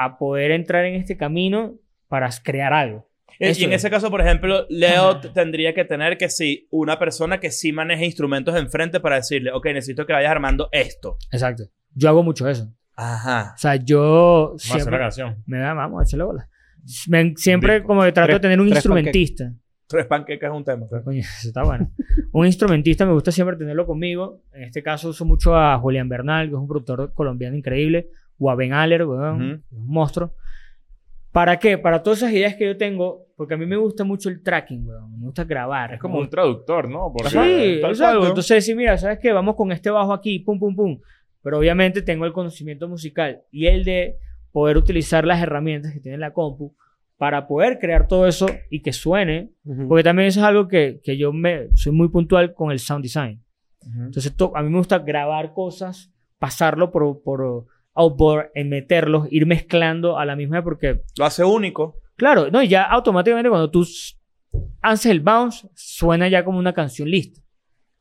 A: a poder entrar en este camino para crear algo.
C: Eh,
A: Eso
C: y en
A: es.
C: ese caso, por ejemplo, Leo
A: Ajá.
C: t- tendría que tener que sí, una persona que sí maneje instrumentos enfrente para decirle, ok, necesito que vayas armando esto.
A: Exacto. Yo hago mucho eso.
C: Ajá.
A: O sea, yo
E: Vamos a hacer
A: siempre...
E: una canción.
A: Me da, vamos, échale bola. Me- siempre
E: Disco.
A: como que trato
D: Tres-
A: de tener un
D: tres panqueques.
A: instrumentista.
C: Tres panquecas es un tema.
A: Coño, eso está bueno. un instrumentista me gusta siempre tenerlo conmigo. En este caso uso mucho a Julián Bernal, que es un productor colombiano increíble, o a Ben Aller, weón,
C: Ujú.
A: un monstruo. ¿Para qué? Para todas esas ideas que yo tengo, porque a mí me gusta mucho el tracking, weón. Me gusta grabar.
E: Es como
A: Me
E: un traductor, ¿no? Porque-
A: Sí,
E: tal
A: exacto.
E: cual, ¿no?
A: Entonces, sí, mira, ¿sabes qué? Vamos con este bajo aquí, pum, pum, pum. Pero obviamente tengo el conocimiento musical y el de poder utilizar las herramientas que tiene la compu para poder crear todo eso y que suene. Porque también eso es algo que, que yo me, soy muy puntual con el sound design. Entonces, to- a mí me gusta grabar cosas, pasarlo por, por outboard, en meterlos, ir mezclando a la misma, porque,
C: Lo hace único.
A: claro, no, y ya automáticamente cuando tú s- haces el bounce, suena ya como una canción lista.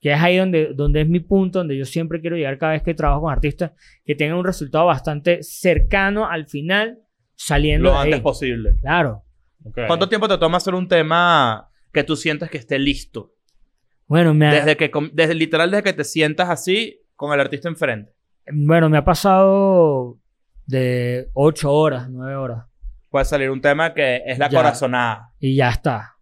A: Que es ahí donde, donde es mi punto, donde yo siempre quiero llegar cada vez que trabajo con artistas, que tengan un resultado bastante cercano al final, saliendo
C: Lo
A: de ahí.
C: antes posible.
A: Claro.
E: Ok.
C: ¿Cuánto tiempo te toma hacer un tema que tú sientas que esté listo?
A: Bueno, me ha-
C: Desde que, com- desde, literal, desde que te sientas así con el artista enfrente.
A: Bueno, me ha pasado de 8 horas, 9 horas.
C: Puede salir un tema que es la
A: Ya.
C: corazonada.
A: Y ya está.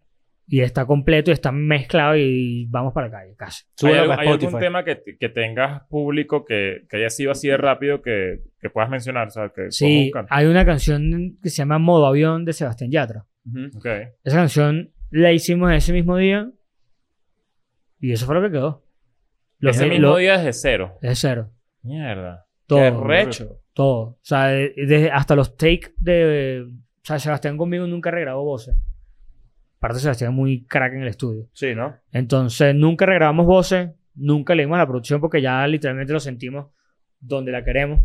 A: Y está completo y está mezclado y vamos para la calle, casi.
E: ¿Hay,
D: Súbelo
E: algo-
D: para
E: hay algún
D: Spotify.
E: tema que, que tengas público que, que haya sido así de rápido que, que puedas mencionar? O sea, que
A: Sí,
E: podamos
A: hay una canción que se llama Modo Avión de Sebastián Yatra.
C: Ujú.
E: buscar. Ok.
A: Esa canción la hicimos ese mismo día y eso fue lo que quedó. Lo
E: Ese
A: que-
E: mismo
A: lo-
E: día desde cero.
A: De cero.
E: Mierda.
A: Todo.
C: Qué recho.
A: Todo. O sea, de- desde hasta los takes de. O sea, Sebastián conmigo nunca regrabó voces. Aparte, Sebastián es muy crack en el estudio.
C: Sí, ¿no?
A: Entonces, nunca regrabamos voces, nunca leímos la producción porque ya literalmente lo sentimos donde la queremos.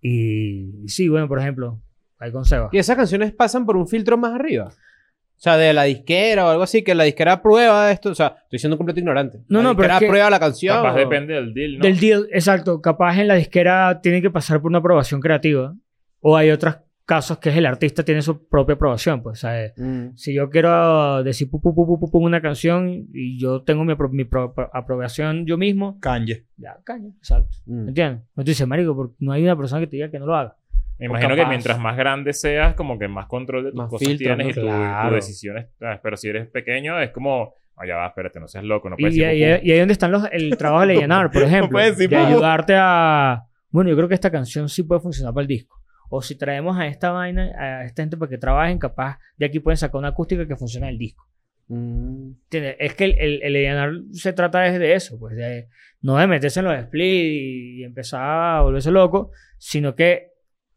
A: Y, y sí, bueno, por ejemplo, ahí con Seba.
D: Y esas canciones pasan por un filtro más arriba. O sea, de la disquera o algo así, que la disquera prueba esto. O sea, estoy siendo un completo ignorante.
A: No, no,
D: la
A: pero
D: disquera
A: es que-
D: prueba la canción.
E: Capaz
D: o-
E: depende del deal, ¿no?
A: Del deal, exacto, capaz en la disquera tiene que pasar por una aprobación creativa o hay otros casos que es el artista tiene su propia aprobación, pues, o sea, eh,
D: Mm.
A: si yo quiero decir pu, pu, pu, pu, pu, pu una canción y yo tengo mi, apro- mi pro- aprobación yo mismo,
C: Kanye.
A: ya, caña, exacto.
D: Mm.
A: ¿Entiendes? Entonces dices, marico, porque no hay una persona que te diga que no lo haga.
E: Me
A: o
E: imagino que
A: capaz-
E: mientras más grande seas, como que más control de tus
D: Más
E: cosas
D: filtro,
E: tienes y
D: ¿no?
E: tu- tus
D: Claro.
E: decisiones. ah, Pero si eres pequeño, es como... "No, ya va, espérate, no seas loco. No
A: Y,
E: puedes
A: y- y- y
E: decir
A: ahí es donde están los, el trabajo de Leyenar, por ejemplo.
C: puedes decir
A: de
C: poco.
A: ayudarte a. Bueno, yo creo que esta canción sí puede funcionar para el disco. O si traemos a esta vaina, a esta gente para que trabajen, capaz de aquí pueden sacar una acústica que funcione en el disco.
D: Mm.
A: ¿Entiendes? Es que el, el, el allanar se trata es de eso, pues de no de meterse en los splits y empezar a volverse loco, sino que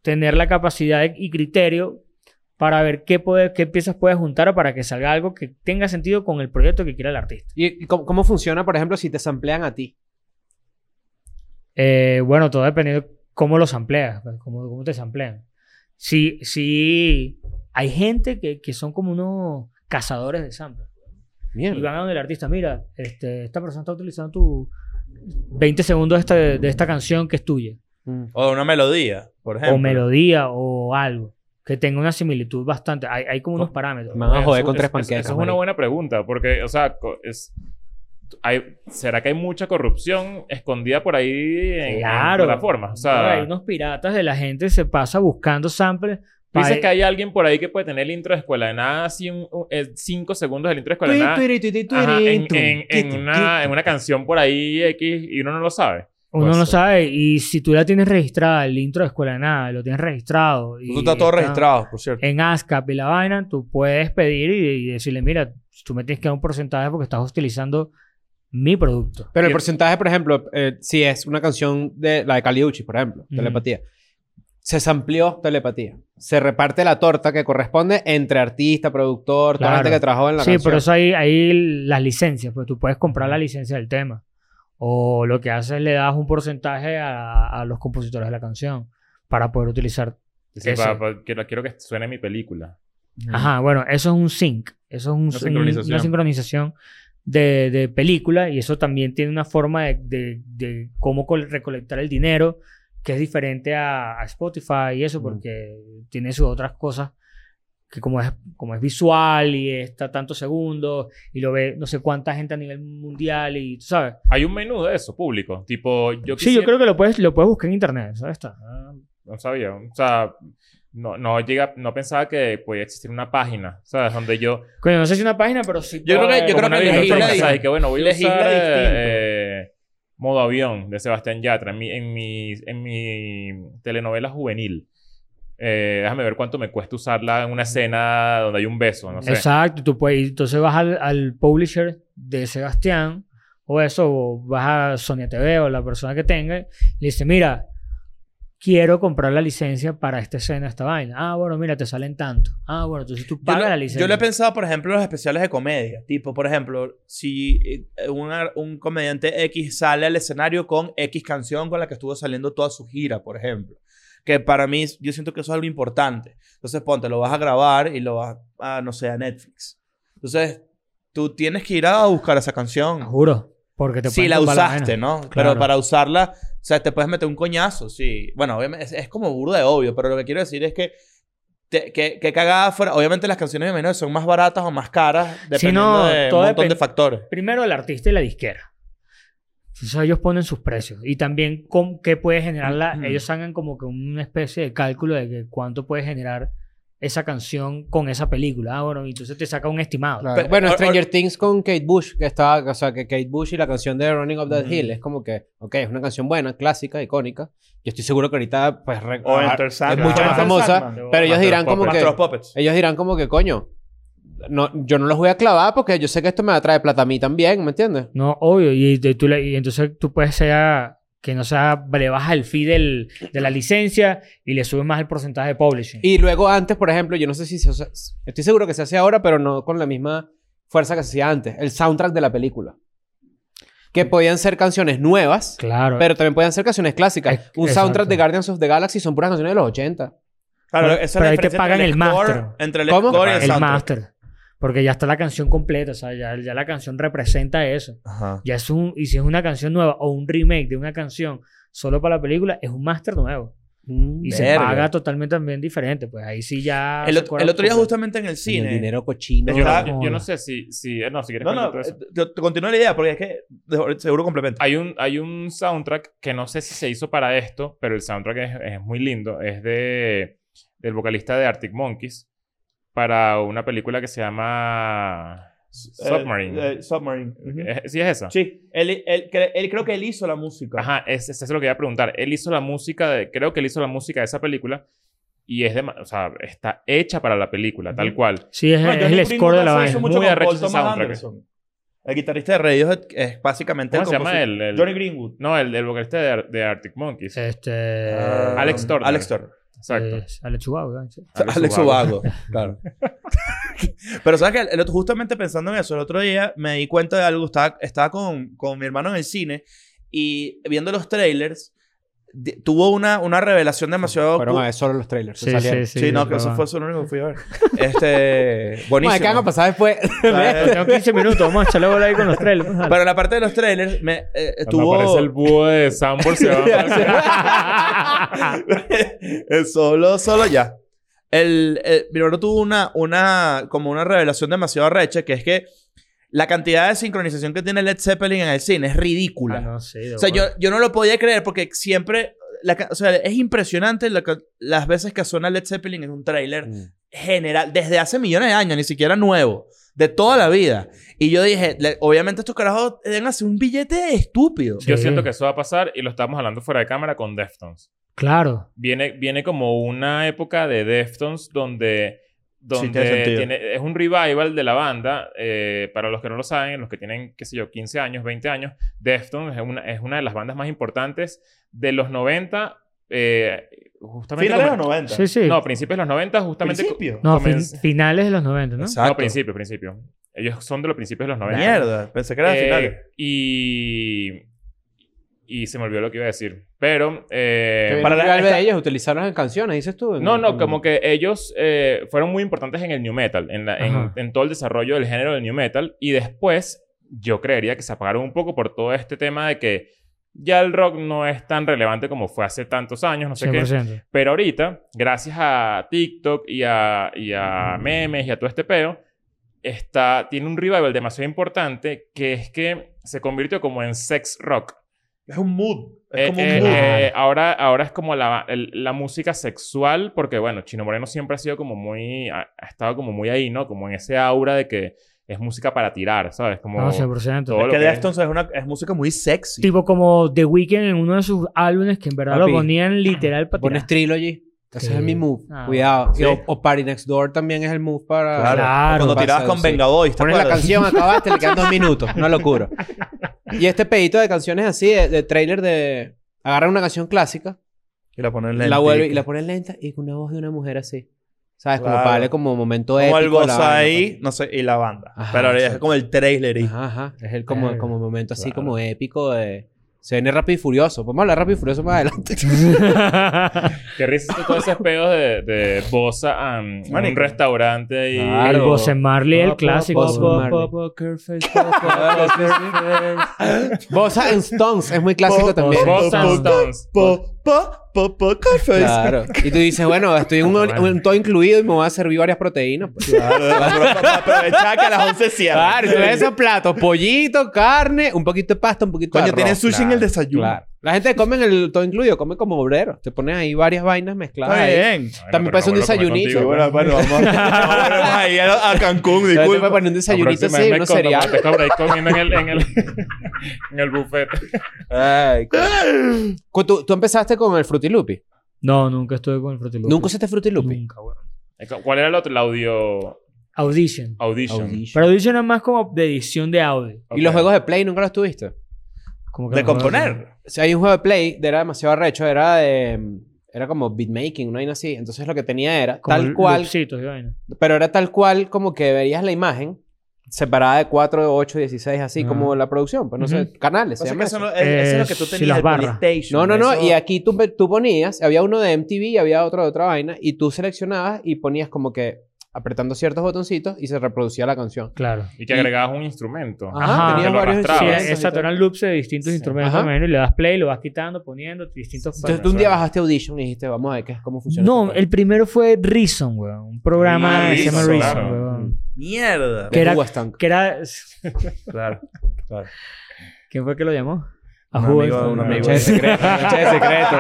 A: tener la capacidad y criterio para ver qué, puede, qué piezas puedes juntar para que salga algo que tenga sentido con el proyecto que quiera el artista.
D: ¿Y y cómo, cómo funciona, por ejemplo, si te samplean a ti?
A: Eh, bueno, todo dependiendo cómo los sampleas, pues, cómo, cómo te samplean. Sí, sí, hay gente que, que son como unos cazadores de samples. Y
D: Mierda.
A: van a donde el artista, mira, este, esta persona está utilizando tu 20 segundos de esta, de esta canción que es tuya.
D: Mm.
C: O una melodía, por ejemplo.
A: O melodía o algo. Que tenga una similitud bastante. Hay, hay como unos
E: Co-
A: parámetros.
D: Man. Van a joder
E: Oye, eso-
D: con tres
E: eso- eso-
D: panquecas,
E: Esa es una
D: marico.
E: buena pregunta, porque, o sea, co- es, hay, ¿será que hay mucha corrupción escondida por ahí en, en
A: Claro.
E: plataformas? O
A: Pero
E: sea,
A: hay unos piratas de la gente se pasa buscando samples.
E: tú dices
A: pa-
E: que hay alguien por ahí que puede tener el intro de escuela de nada, así un- un- eh, cinco segundos del intro de escuela de
D: Tuiri,
E: nada.
D: tuiri, tuiri,
E: ajá,
D: tuiri,
E: en,
D: tum,
E: en- en
D: tum,
E: una,
D: tum.
E: en una canción por ahí X y uno no lo sabe.
A: Uno
E: Pues,
A: no
E: eh.
A: sabe, y si tú la tienes registrada, el intro de escuela de nada, lo tienes registrado. Y
C: Eso está todo
A: está
C: registrado, por cierto.
A: En ASCAP y la vaina, tú puedes pedir y, y decirle, mira, tú me tienes que dar un porcentaje porque estás utilizando mi producto.
D: Pero el
C: Bien.
D: porcentaje, por ejemplo, eh, si es una canción de la de Caliuchi, por ejemplo,
A: Ujú.
D: telepatía. Se amplió telepatía. Se reparte la torta que corresponde entre artista, productor, toda la
A: Claro.
D: gente que trabajó en la
A: sí,
D: canción.
A: por eso hay, hay las licencias, pues tú puedes comprar la licencia del tema. O lo que haces le das un porcentaje a, a los compositores de la canción para poder utilizar.
E: Dice,
A: Ese.
E: "Pa- pa- quiero, quiero que suene mi película.
A: Ajá, bueno, eso es un sync. Eso es un-
C: Una
A: un-
C: sincronización.
A: una sincronización de, de película y eso también tiene una forma de, de- de cómo col- recolectar el dinero que es diferente a, a Spotify y eso
D: Mm.
A: porque tiene sus otras cosas que como es, como es visual y está tantos segundos y lo ve no sé cuánta gente a nivel mundial y tú sabes.
E: Hay un menú de eso, público. Tipo, yo
A: sí, yo creo que lo puedes, lo puedes buscar en internet, eso está.
E: Ah, no sabía. O sea, no, no, llega, no pensaba que podía existir una página, ¿sabes? Donde yo...
A: Coño, no sé si una página, pero sí.
C: Yo creo
A: puede-
C: que- yo creo
E: como una
C: que
E: biblioteca,
C: legisla
E: ¿sabes?
C: di-
E: Que bueno, voy a
C: legisla
E: usar
C: distinto.
E: eh, modo avión de Sebastián Yatra en mi, en mi, en mi telenovela juvenil. Eh, déjame ver cuánto me cuesta usarla en una escena donde hay un beso, no sé.
A: Exacto, tú puedes, entonces vas al, al publisher de Sebastián o eso, o vas a Sonia TV o la persona que tenga y le dices, mira, quiero comprar la licencia para esta escena, esta vaina. Ah, bueno, mira, te salen tanto. Ah, bueno, entonces tú
C: Yo
A: pagas
C: lo,
A: la licencia.
C: yo lo he pensado, por ejemplo, en los especiales de comedia. Tipo, por ejemplo, si eh, un ar- un comediante X sale al escenario con X canción con la que estuvo saliendo toda su gira, por ejemplo. Que para mí, yo siento que eso es algo importante. Entonces, ponte, lo vas a grabar y lo vas a, no sé, a Netflix. Entonces, tú tienes que ir a buscar esa canción.
A: Juro, porque te
C: Si
A: pueden
C: la
A: tumbar la
C: usaste,
A: vaina.
C: ¿no?
A: Claro.
C: Pero para usarla, o sea, te puedes meter un coñazo, sí. Bueno, obviamente es, es como burda de obvio, pero lo que quiero decir es que te- que, que cagada fuera. Obviamente las canciones de menos son más baratas o más caras dependiendo
A: no,
C: de
A: todo
C: un montón de
A: depen-
C: factores.
A: Primero el artista y la disquera. Entonces ellos ponen sus precios y también con qué puede generar la...
C: Ujú.
A: Ellos hagan como que una especie de cálculo de que cuánto puede generar esa canción con esa película. Ah, bueno, y entonces te saca un estimado.
D: Claro.
C: Pero-
D: bueno,
C: or-
D: Stranger Things con Kate Bush, que estaba, o sea, que Kate Bush y la canción de Running Up That
C: Ujú.
D: Hill es como que, ok, es una canción buena, clásica, icónica. Yo estoy seguro que ahorita, pues, re-
C: O
D: ah,
C: Enter Sandman.
D: es mucho
C: Ah,
D: más
C: Enter
D: famosa,
C: Sandman.
D: pero ellos
E: Master
D: dirán
E: of
D: como
E: Puppets.
D: que,
C: Master of Puppets.
D: ellos dirán como que, coño, no, yo no los voy a clavar porque yo sé que esto me va a traer plata a mí también, ¿me entiendes?
A: No, obvio. Y, de- tú le- y entonces tú puedes sea que no sea, le bajas el fee del- de la licencia y le subes más el porcentaje de publishing.
D: Y luego antes, por ejemplo, yo no sé si se usa- estoy seguro que se hace ahora, pero no con la misma fuerza que se hacía antes, el soundtrack de la película. Que podían ser canciones nuevas,
A: claro.
D: pero también podían ser canciones clásicas.
A: Ex-
D: Un
A: exacto.
D: soundtrack de Guardians of the Galaxy son puras canciones de los 80.
C: Claro,
A: Pero-
C: esa es
A: pero
C: la
A: ahí te
C: diferencia
A: pagan
C: entre
A: el
C: score-
A: master.
C: Entre el
D: ¿Cómo?
C: score y el,
A: el
C: soundtrack.
A: master. Porque ya está la canción completa. O sea, ya, ya la canción representa eso.
C: Ajá.
A: Ya es un, y si es una canción nueva o un remake de una canción solo para la película, es un master nuevo. Y se
C: Verga.
A: paga totalmente también diferente. Pues ahí sí ya.
C: El,
A: se
C: ot-
A: cobra
C: el otro día
A: completo.
C: justamente en el
D: Sin
C: cine.
D: el dinero cochino.
E: Yo, no,
C: Claro.
E: yo- yo no sé si... si eh, no, si quieres
C: No,
E: cuenta tú
C: no,
E: eso.
C: eh, te- te continúo la idea porque es que de- seguro complementa.
E: Hay un, hay un soundtrack que no sé si se hizo para esto, pero el soundtrack es, es muy lindo. Es de del vocalista de Arctic Monkeys para una película que se llama Submarine.
C: Eh, eh, submarine. Ujú.
E: Eh, ¿Sí es esa?
C: Sí, él, él- cre- él- creo que él hizo la música.
E: Ajá, es, es- eso es lo que iba a preguntar. Él hizo la música, de- creo que él hizo la música de esa película y es de, ma- o sea, está hecha para la película, tal
C: Ujú.
E: cual.
A: Sí, es,
C: No,
A: es
C: Johnny
A: el
C: Greenwood
A: score de la
C: hace
A: vaina.
C: eso mucho
E: Muy
C: con
E: arrecho
C: Paul
E: ese
C: Thomas
E: soundtrack.
C: Anderson. El guitarrista de Radiohead es básicamente
E: ¿Cómo
C: el
E: se llama
C: Este compositor.
E: él? El-
C: Johnny Greenwood.
E: No, el, el vocalista de, Ar- de Arctic Monkeys.
A: Este.
C: Ah,
E: Alex Turner.
C: Alex Turner.
E: Exacto.
A: es Alex Ubago, ¿verdad? Sí.
C: Alex Ovago. Claro. Pero sabes que el, otro- justamente pensando en eso, el otro día me di cuenta de algo. Estaba, estaba con, con mi hermano en el cine y viendo los trailers, de- tuvo una, una revelación demasiado.
D: Fueron
C: cu-
D: a ver solo los trailers. se
A: Sí,
D: salieron.
C: sí, no, que eso fue lo único que fui a ver. Este.
D: Bueno,
C: Buenísimo. Este,
D: ¿qué van a pasar después?
C: Está-
A: Tengo 15 minutos, vamos a echarle bola ahí con los trailers. pues, dale.
C: Pero en la parte de los trailers, me, eh,
E: Cuando aparece el
C: estuvo.
E: búho de Sambor se va a
C: el solo, solo ya. El, el, mi hermano tuvo una, una, como una revelación demasiado recha, que es que la cantidad de sincronización que tiene Led Zeppelin en el cine es ridícula.
A: Ah, no, sí, de
C: O sea, yo,
A: bola.
C: yo no lo podía creer porque siempre. la ca- o sea, es impresionante la ca- las veces que suena Led Zeppelin en un tráiler general, desde hace millones de años, ni siquiera nuevo, de toda la vida. Y yo dije, le- obviamente estos carajos deben hacer un billete estúpido.
A: Sí.
E: Yo siento que eso va a pasar y lo estamos hablando fuera de cámara con Deftones.
A: Claro.
E: Viene, viene como una época de Deftones donde, donde
C: tiene sentido.
E: tiene- es un revival de la banda. eh, para los que no lo saben, los que tienen, qué sé yo, 15 años, 20 años, Deftones es una, es una de las bandas más importantes de los 90. eh, justamente
C: Finales de
E: comen-
C: los 90.
A: Sí, sí.
E: No,
A: No,
E: principios de los 90, justamente. co-
C: Principio.
A: fin-
E: comenz-
A: finales de los 90, ¿no?
E: No,
C: Exacto.
E: principio, principio.
D: Eh,
E: Ellos son de los principios de los 90.
C: Mierda, pensé que era
E: Eh,
C: finales.
E: Y, y se me olvidó lo que iba a decir. Pero... eh,
D: Que
C: para
D: para
C: la- esta-
D: de ellos, utilizarlos en canciones, dices tú.
E: no, no, como que ellos eh, fueron muy importantes en el new metal, en, la- en-
A: Ajá.
E: en todo el desarrollo del género del new metal. Y después, yo creería que se apagaron un poco por todo este tema de que ya el rock no es tan relevante como fue hace tantos años, no sé qué.
A: 100%.
E: Pero ahorita, gracias a TikTok y a, y a memes y a todo este peo, está, tiene un revival demasiado importante que es que se convirtió como en sex rock.
C: Es un mood. Es
E: Eh,
C: como
E: eh,
C: un mood.
E: eh, ahora, ahora es como la, el- la música sexual, porque bueno, Chino Moreno siempre ha sido como muy, ha, ha estado como muy ahí, ¿no? Como en ese aura de que es música para tirar, ¿sabes? Como...
A: No, 100%.
E: todo
C: Es
E: lo
C: que
E: que-
C: Deftones es, una, es música muy sexy.
A: Tipo como The Weeknd en uno de sus álbumes que en verdad
D: Papi, este
A: lo ponían literal para
D: Pones Trilogy. Ese
A: Sí.
D: es mi move.
A: Ah.
D: Cuidado.
C: Sí.
D: O, o Party Next Door también es el move para...
C: Claro.
A: Claro.
C: O Cuando tirabas
D: Pasa,
C: con
D: sí.
C: Venga Boys, ¿te
D: Pones la
C: acuerdas?
D: canción, acabaste, le quedan dos minutos. Una locura. Y este pedito de canciones así, de, de trailer de... Agarran una canción clásica,
C: Y la ponen
D: la
C: lentica.
D: vuelven y la ponen lenta y con una voz de una mujer así. ¿Sabes? Como
C: Claro.
D: para darle como momento
C: Como el
D: épico a la
C: boss
D: vaina,
C: ahí,
D: pues.
C: no sé, y la banda.
D: Ajá,
C: Pero es
D: exacto.
C: como el trailer y...
D: Ajá, ajá. Es el como,
A: Verga.
D: como momento así
C: Eh, Claro.
D: como épico de... Se viene Rápido y Furioso. Vamos a hablar de Rápido y Furioso más adelante.
E: Que risa todos esos pedos de, de Bosa en en un
C: Marico.
E: restaurante y...
A: El
D: Claro.
A: Boss Marley, el clásico.
D: Bossa Marley.
E: Ah,
D: Bosa en Stones es muy clásico
C: Bo-
D: también.
E: Boss and Stones.
C: Po, po, po, po, Carface.
D: Claro. Y tú dices, bueno, estoy en un, un todo incluido y me voy a servir varias proteínas. pues.
C: Claro, apro- apro- aprovechá que a las 11 cierra.
D: Claro, y tú ves esos platos, pollito, carne, un poquito de pasta, un poquito de
C: Coño,
D: arroz.
C: tiene sushi en el desayuno.
D: Claro. La gente come en el todo incluido, come como obrero. Te pones ahí varias vainas
C: Está
D: mezcladas. ahí.
C: bien.
E: Bueno, pero
D: parece un
E: no vuelvo a comer
D: desayunito.
E: contigo,
C: bueno,
E: pues.
C: bueno, vamos vamos a ir a a Cancún,
D: Pero te puedes
C: disculpa.
D: poner un
E: La
D: desayunito
E: próxima
D: así,
E: vez me
D: unos
E: contas cuando
D: cereales.
E: te cobra ahí comiendo en el, en el, en el buffet.
D: Ay, coño. Cu- ¿Tú, tú empezaste con el Fruity Loopy.
A: No, nunca estuve con el Fruity Loops.
D: ¿Nunca usaste Fruity Loopy?
A: Nunca, weón.
E: ¿Cuál era el otro? El audio...
A: Audition.
E: Audition.
A: Pero Audition es más como de edición de audio.
E: Mm, Ok.
D: ¿Y los juegos de Play nunca los tuviste?
A: Como que
C: De
A: los juegos
C: componer.
D: O sea, hay un juego de Play de era demasiado arrecho, era de... Era como beatmaking, una vaina así. Entonces lo que tenía era
A: como
D: tal cual...
A: loopsitos y vaina.
D: Pero era tal cual como que veías la imagen separada de 4, 8, 16, así
A: Ah. como
D: como la producción. Pues
A: no
D: no
A: sé,
D: sé, canales.
C: Pasa que eso no-
A: eso.
C: es- eso es lo que tú
A: Eh, si
C: tenías
A: las
C: el
A: barras.
C: PlayStation,
D: no, no, no.
C: eso-
D: Y aquí tú, pe- tú ponías, había uno de MTV y había otro de otra vaina, y tú seleccionabas y ponías como que apretando ciertos botoncitos y se reproducía la canción.
A: Claro.
E: Y que agregabas un instrumento.
A: Ah, Ajá,
D: tenías
E: que lo
D: varios
A: Sí,
E: arrastrabas. Ah,
D: instrumentos y
A: exacto.
D: tal.
A: Eran loops de distintos
E: Sí.
A: instrumentos
D: Ajá.
A: al menos, y le das play, lo vas quitando, poniendo distintos...
D: Entonces tú un día bajaste Audition y dijiste, vamos a ver qué, cómo funciona. este
A: No,
D: esta cosa.
A: el primero fue Reason, weón. Un programa
E: Ah,
A: que se llama
E: Reason,
A: Reason,
E: claro.
A: weón.
C: Mierda.
A: que
D: De
A: era-
D: Cuba Stank.
A: Que era...
C: Claro. claro.
A: ¿Quién fue que lo llamó? A
C: Un
A: Hugo
C: amigo-
A: Eastman,
C: un
A: weón.
C: amigo.
D: Noche de secreto, noche de secreto,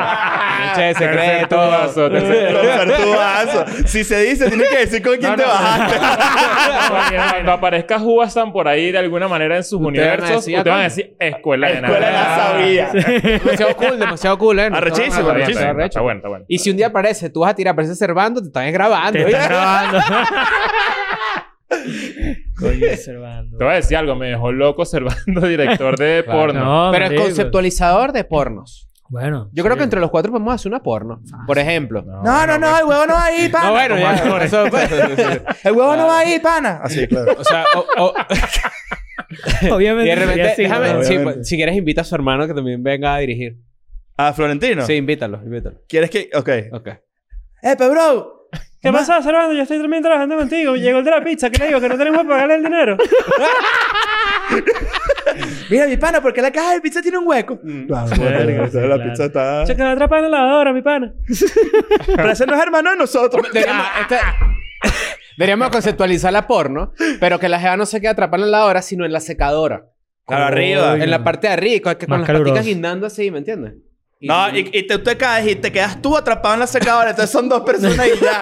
D: noche de secreto.
E: Secreto.
C: Concertudazo. Si se dice, tienes que decir con quién
E: No,
C: te
E: no, no.
C: bajaste.
E: Cuando aparezca Hubasan por ahí de alguna manera en sus
D: Ustedes van a
E: universos,
D: decir, "Ah,
E: ustedes van a decir escuela de
C: ¿Cuál la
E: nada.
C: sabía?
D: Demasiado cool, demasiado cool, ¿eh? No,
C: Arrechísimo,
D: no, no,
E: Está bien,
C: arrechísimo.
E: está
D: demasiado
E: bien,
D: arrecho.
E: Está bueno, está bueno.
D: Y si un día aparece, tú vas a tirar, aparece Cervando, te están grabando.
A: Te está grabando. Coño, observando.
E: Te voy a decir algo, me dejó loco observando director de
D: Claro.
E: porno.
A: No,
D: Pero es
A: marico.
D: conceptualizador de pornos.
A: Bueno.
D: Yo creo que entre los cuatro podemos hacer una porno. Por ejemplo. No,
C: No, no, no, el huevo no va ahí, pana.
D: bueno, ya. eso-
C: El huevo no va ahí, pana. Así, Ah, claro.
D: o sea, o- o- y
A: Obviamente.
D: de repente,
A: sería así,
D: déjame,
A: weón.
D: sí,
C: obviamente.
D: pues, si quieres invita a su hermano que también venga a dirigir.
C: ¿A Ah, Florentino?
D: Sí, invítalo, invítalo.
C: ¿Quieres que...? Ok.
D: Ok.
C: Eh, pero bro.
B: ¿Qué pasa, Salvando? Yo estoy también trabajando contigo. Llegó el de la pizza, que le digo que no tenemos para pagarle el dinero.
C: Mira, mi pana, porque la caja de pizza tiene un hueco. Mm. Ah, Claro,
A: Verga,
C: o sea,
A: sí,
C: la
A: claro.
C: pizza está...
B: Se quedó atrapada en la lavadora, mi pana.
C: Pero ese no es hermano de nosotros.
D: Deberíamos, este- deberíamos conceptualizar la porno, pero que la jeva no se quede atrapada en la lavadora, sino en la secadora.
C: Claro, arriba.
D: En la parte de arriba, que
A: Más
D: con las
A: caluroso.
D: paticas guindando así, ¿me entiendes? Y-
C: No, y, y te, te caes y te quedas tú atrapado en la secadora. Entonces son dos personas y ya.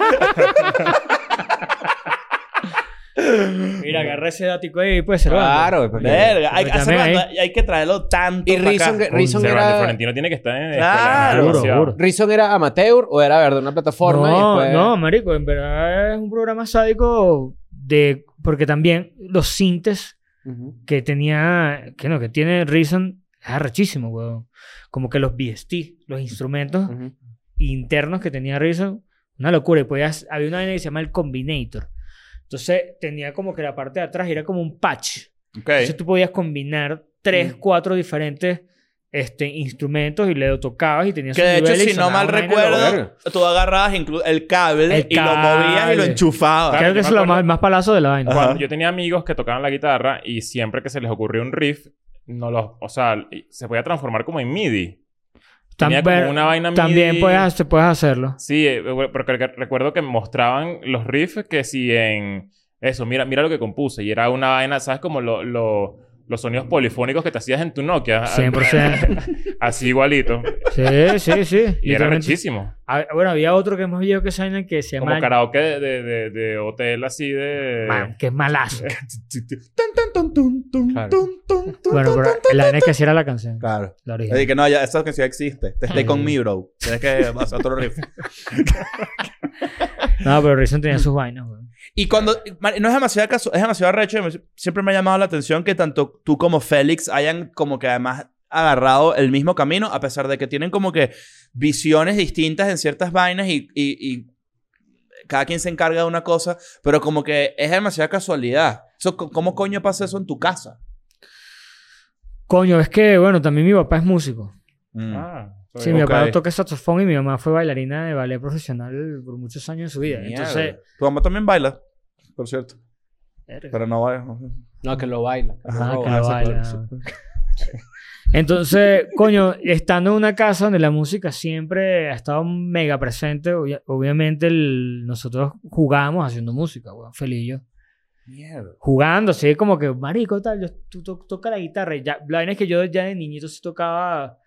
A: Mira, agarra ese dático ahí, pues ser
D: Claro, porque-
C: Verga. Hay,
A: Pero
C: hace
A: también
C: rato-
A: ahí-
C: hay que traerlo tanto
D: Y
C: pa'
D: Reason,
C: acá.
D: Reason
E: Cervantes
D: era,
E: Florentino tiene que estar en este,
C: Claro.
E: escuela de
A: Seguro,
E: nada,
A: seguro.
D: ¿Reason era amateur o era verdad una plataforma? y
A: No,
D: después-
A: no, marico, en verdad es un programa sádico de. Porque también los sintes
D: Ujú.
A: que tenía. Que no, que tiene Reason es arrechísimo, weón. Como que los BST, los instrumentos
D: Ujú.
A: internos que tenía Reason, una locura. Y podías, había una vaina que se llama el Combinator. Entonces tenía como que la parte de atrás era como un patch.
C: Ok.
A: Entonces tú podías combinar tres,
D: Mm.
A: cuatro diferentes este, instrumentos y le tocabas y tenías
C: Que
A: un
C: de hecho,
A: nivel y
C: si no
A: sonaba
C: mal
A: una vaina
C: recuerdo,
E: verga.
C: tú agarrabas inclu- el cable
A: El
C: y lo movías y lo
A: cable.
C: enchufabas.
E: Claro,
A: Creo que
E: Ah,
A: es
E: yo me
A: lo
E: acuerdo-
A: más, más palazo de la vaina.
C: Ajá.
E: Cuando yo tenía amigos que tocaban la guitarra y siempre que se les ocurrió un riff, no los, o sea, y- se podía transformar como en MIDI. Tenía
A: También-
E: como una vaina
A: También
E: MIDI.
A: puedes, hacer- puedes hacerlo.
E: Sí, eh, bueno, pero que- que recuerdo que mostraban los riffs que si en eso, mira, mira lo que compuse y era una vaina, ¿sabes? Como lo- lo- los sonidos polifónicos que te hacías en tu Nokia.
A: 100%.
E: Así igualito.
A: sí, sí, sí.
E: Y era
A: Literalmente.
E: rechísimo.
A: Ah, Bueno, había otro que es más viejo que esa vaina que se
E: Como
A: llama...
E: karaoke de, de- de- de hotel así de...
A: Man, que es malazo.
D: Claro.
A: bueno, pero la vaina es que así era la canción.
C: Claro.
A: La
C: Así
A: original.
C: que no, ya, esa canción existe. Te stay con me, bro. Tienes que hacer otro riff.
A: No, pero Reason tenía sus vainas, güey.
C: Y cuando... man, No es demasiado caso, es demasiado arrecho. y me- Siempre me ha llamado la atención que tanto tú como Félix hayan como que además agarrado el mismo camino, a pesar de que tienen como que visiones distintas en ciertas vainas y, y- y cada quien se encarga de una cosa, pero como que es demasiada casualidad. Eso, co- ¿Cómo coño pasa eso en tu casa?
A: Coño, es que, bueno, también mi papá es músico.
C: Mm.
E: Ah, soy-
A: Sí, mi papá
C: ok.
A: toca saxofón y mi mamá fue bailarina de ballet profesional por muchos años de su vida.
C: Mierda.
A: Entonces,
C: Tu mamá también baila, por cierto.
A: verga.
C: Pero no baila.
D: No, que lo baila.
A: Ah,
C: Ajá,
A: que
C: ah,
A: lo
C: sí,
A: baila.
C: claro,
A: Entonces, coño, estando en una casa donde la música siempre ha estado mega presente, obvia- obviamente el- nosotros jugábamos haciendo música, weón, feliz yo.
C: Mierda.
A: Jugando, así como que, marico, tal, yo, tú to- toca la guitarra. Y ya, la vaina es que yo ya de niñito sí tocaba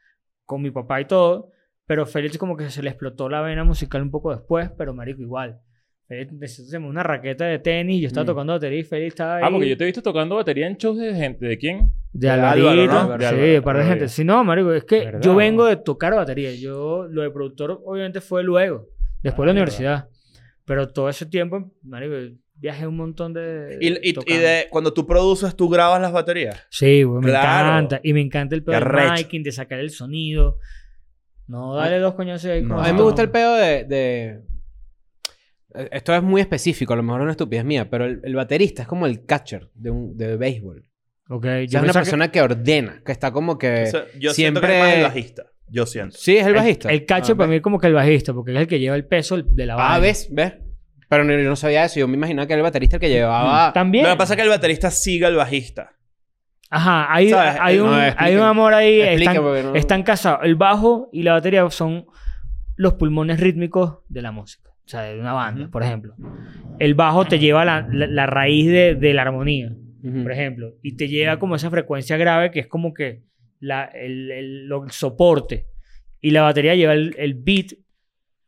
A: con mi papá y todo, pero Félix como que se le explotó la vena musical un poco después, pero marico igual. Félix necesitó una raqueta de tenis, yo estaba
D: Mm.
A: tocando batería y Félix estaba ahí.
E: Ah, porque yo te he visto tocando batería en shows de gente. ¿De quién?
A: De
C: Álvaro,
A: Alvarito.
C: ¿no?
E: De
A: sí,
E: Álvaro,
A: de par de
E: Álvaro
A: gente.
E: Díaz.
A: Sí, no, marico, es que
E: ¿Verdad?
A: yo vengo de tocar batería. Yo, lo de productor, obviamente, fue luego. Después de la
E: Ah, mierda.
A: universidad. Pero todo ese tiempo, marico, viajé un montón de...
C: Y, y- y
A: tocando.
C: de, cuando tú produces, tú grabas las baterías.
A: Sí, güey, me
C: Claro.
A: encanta. Y me encanta el pedo
C: Qué
A: del
C: arrecho.
A: miking, de sacar el sonido. No, dale dos coñazos ahí.
C: No.
A: con
D: A mí me
A: esto.
D: gusta el pedo de, de- Esto es muy específico, a lo mejor es una estupidez mía, pero el, el baterista es como el catcher de, un, de béisbol. O
A: Ok,
D: sea,
A: yo
D: es una
A: pensaba
D: persona que ordena, que está como que...
C: O sea, yo siento
D: Eh, siempre-
C: que es más el bajista. Yo siento.
D: sí, es el
A: que-
D: bajista.
A: El, cacho
D: Ah,
A: para mí es como que el bajista, porque es el que lleva el peso de la
D: Ah,
A: vaina.
D: ves, ves. Pero no, yo no sabía eso, yo me imaginaba que era el baterista el que llevaba...
A: También.
C: Lo que pasa es que el baterista sigue al bajista.
A: Ajá, hay,
C: ¿Sabes?
A: hay,
C: Eh,
A: un,
D: no,
A: hay
D: explica.
A: un amor ahí.
D: Explica,
A: están-
D: porque no-
A: Están casados. El bajo y la batería son los pulmones rítmicos de la música. O sea, de una banda,
C: Ujú.
A: por ejemplo. El bajo te lleva la, la- la raíz de, de la armonía,
D: Ujú.
A: por ejemplo. Y te lleva como esa frecuencia grave que es como que la- el, el- lo- el soporte. Y la batería lleva el, el beat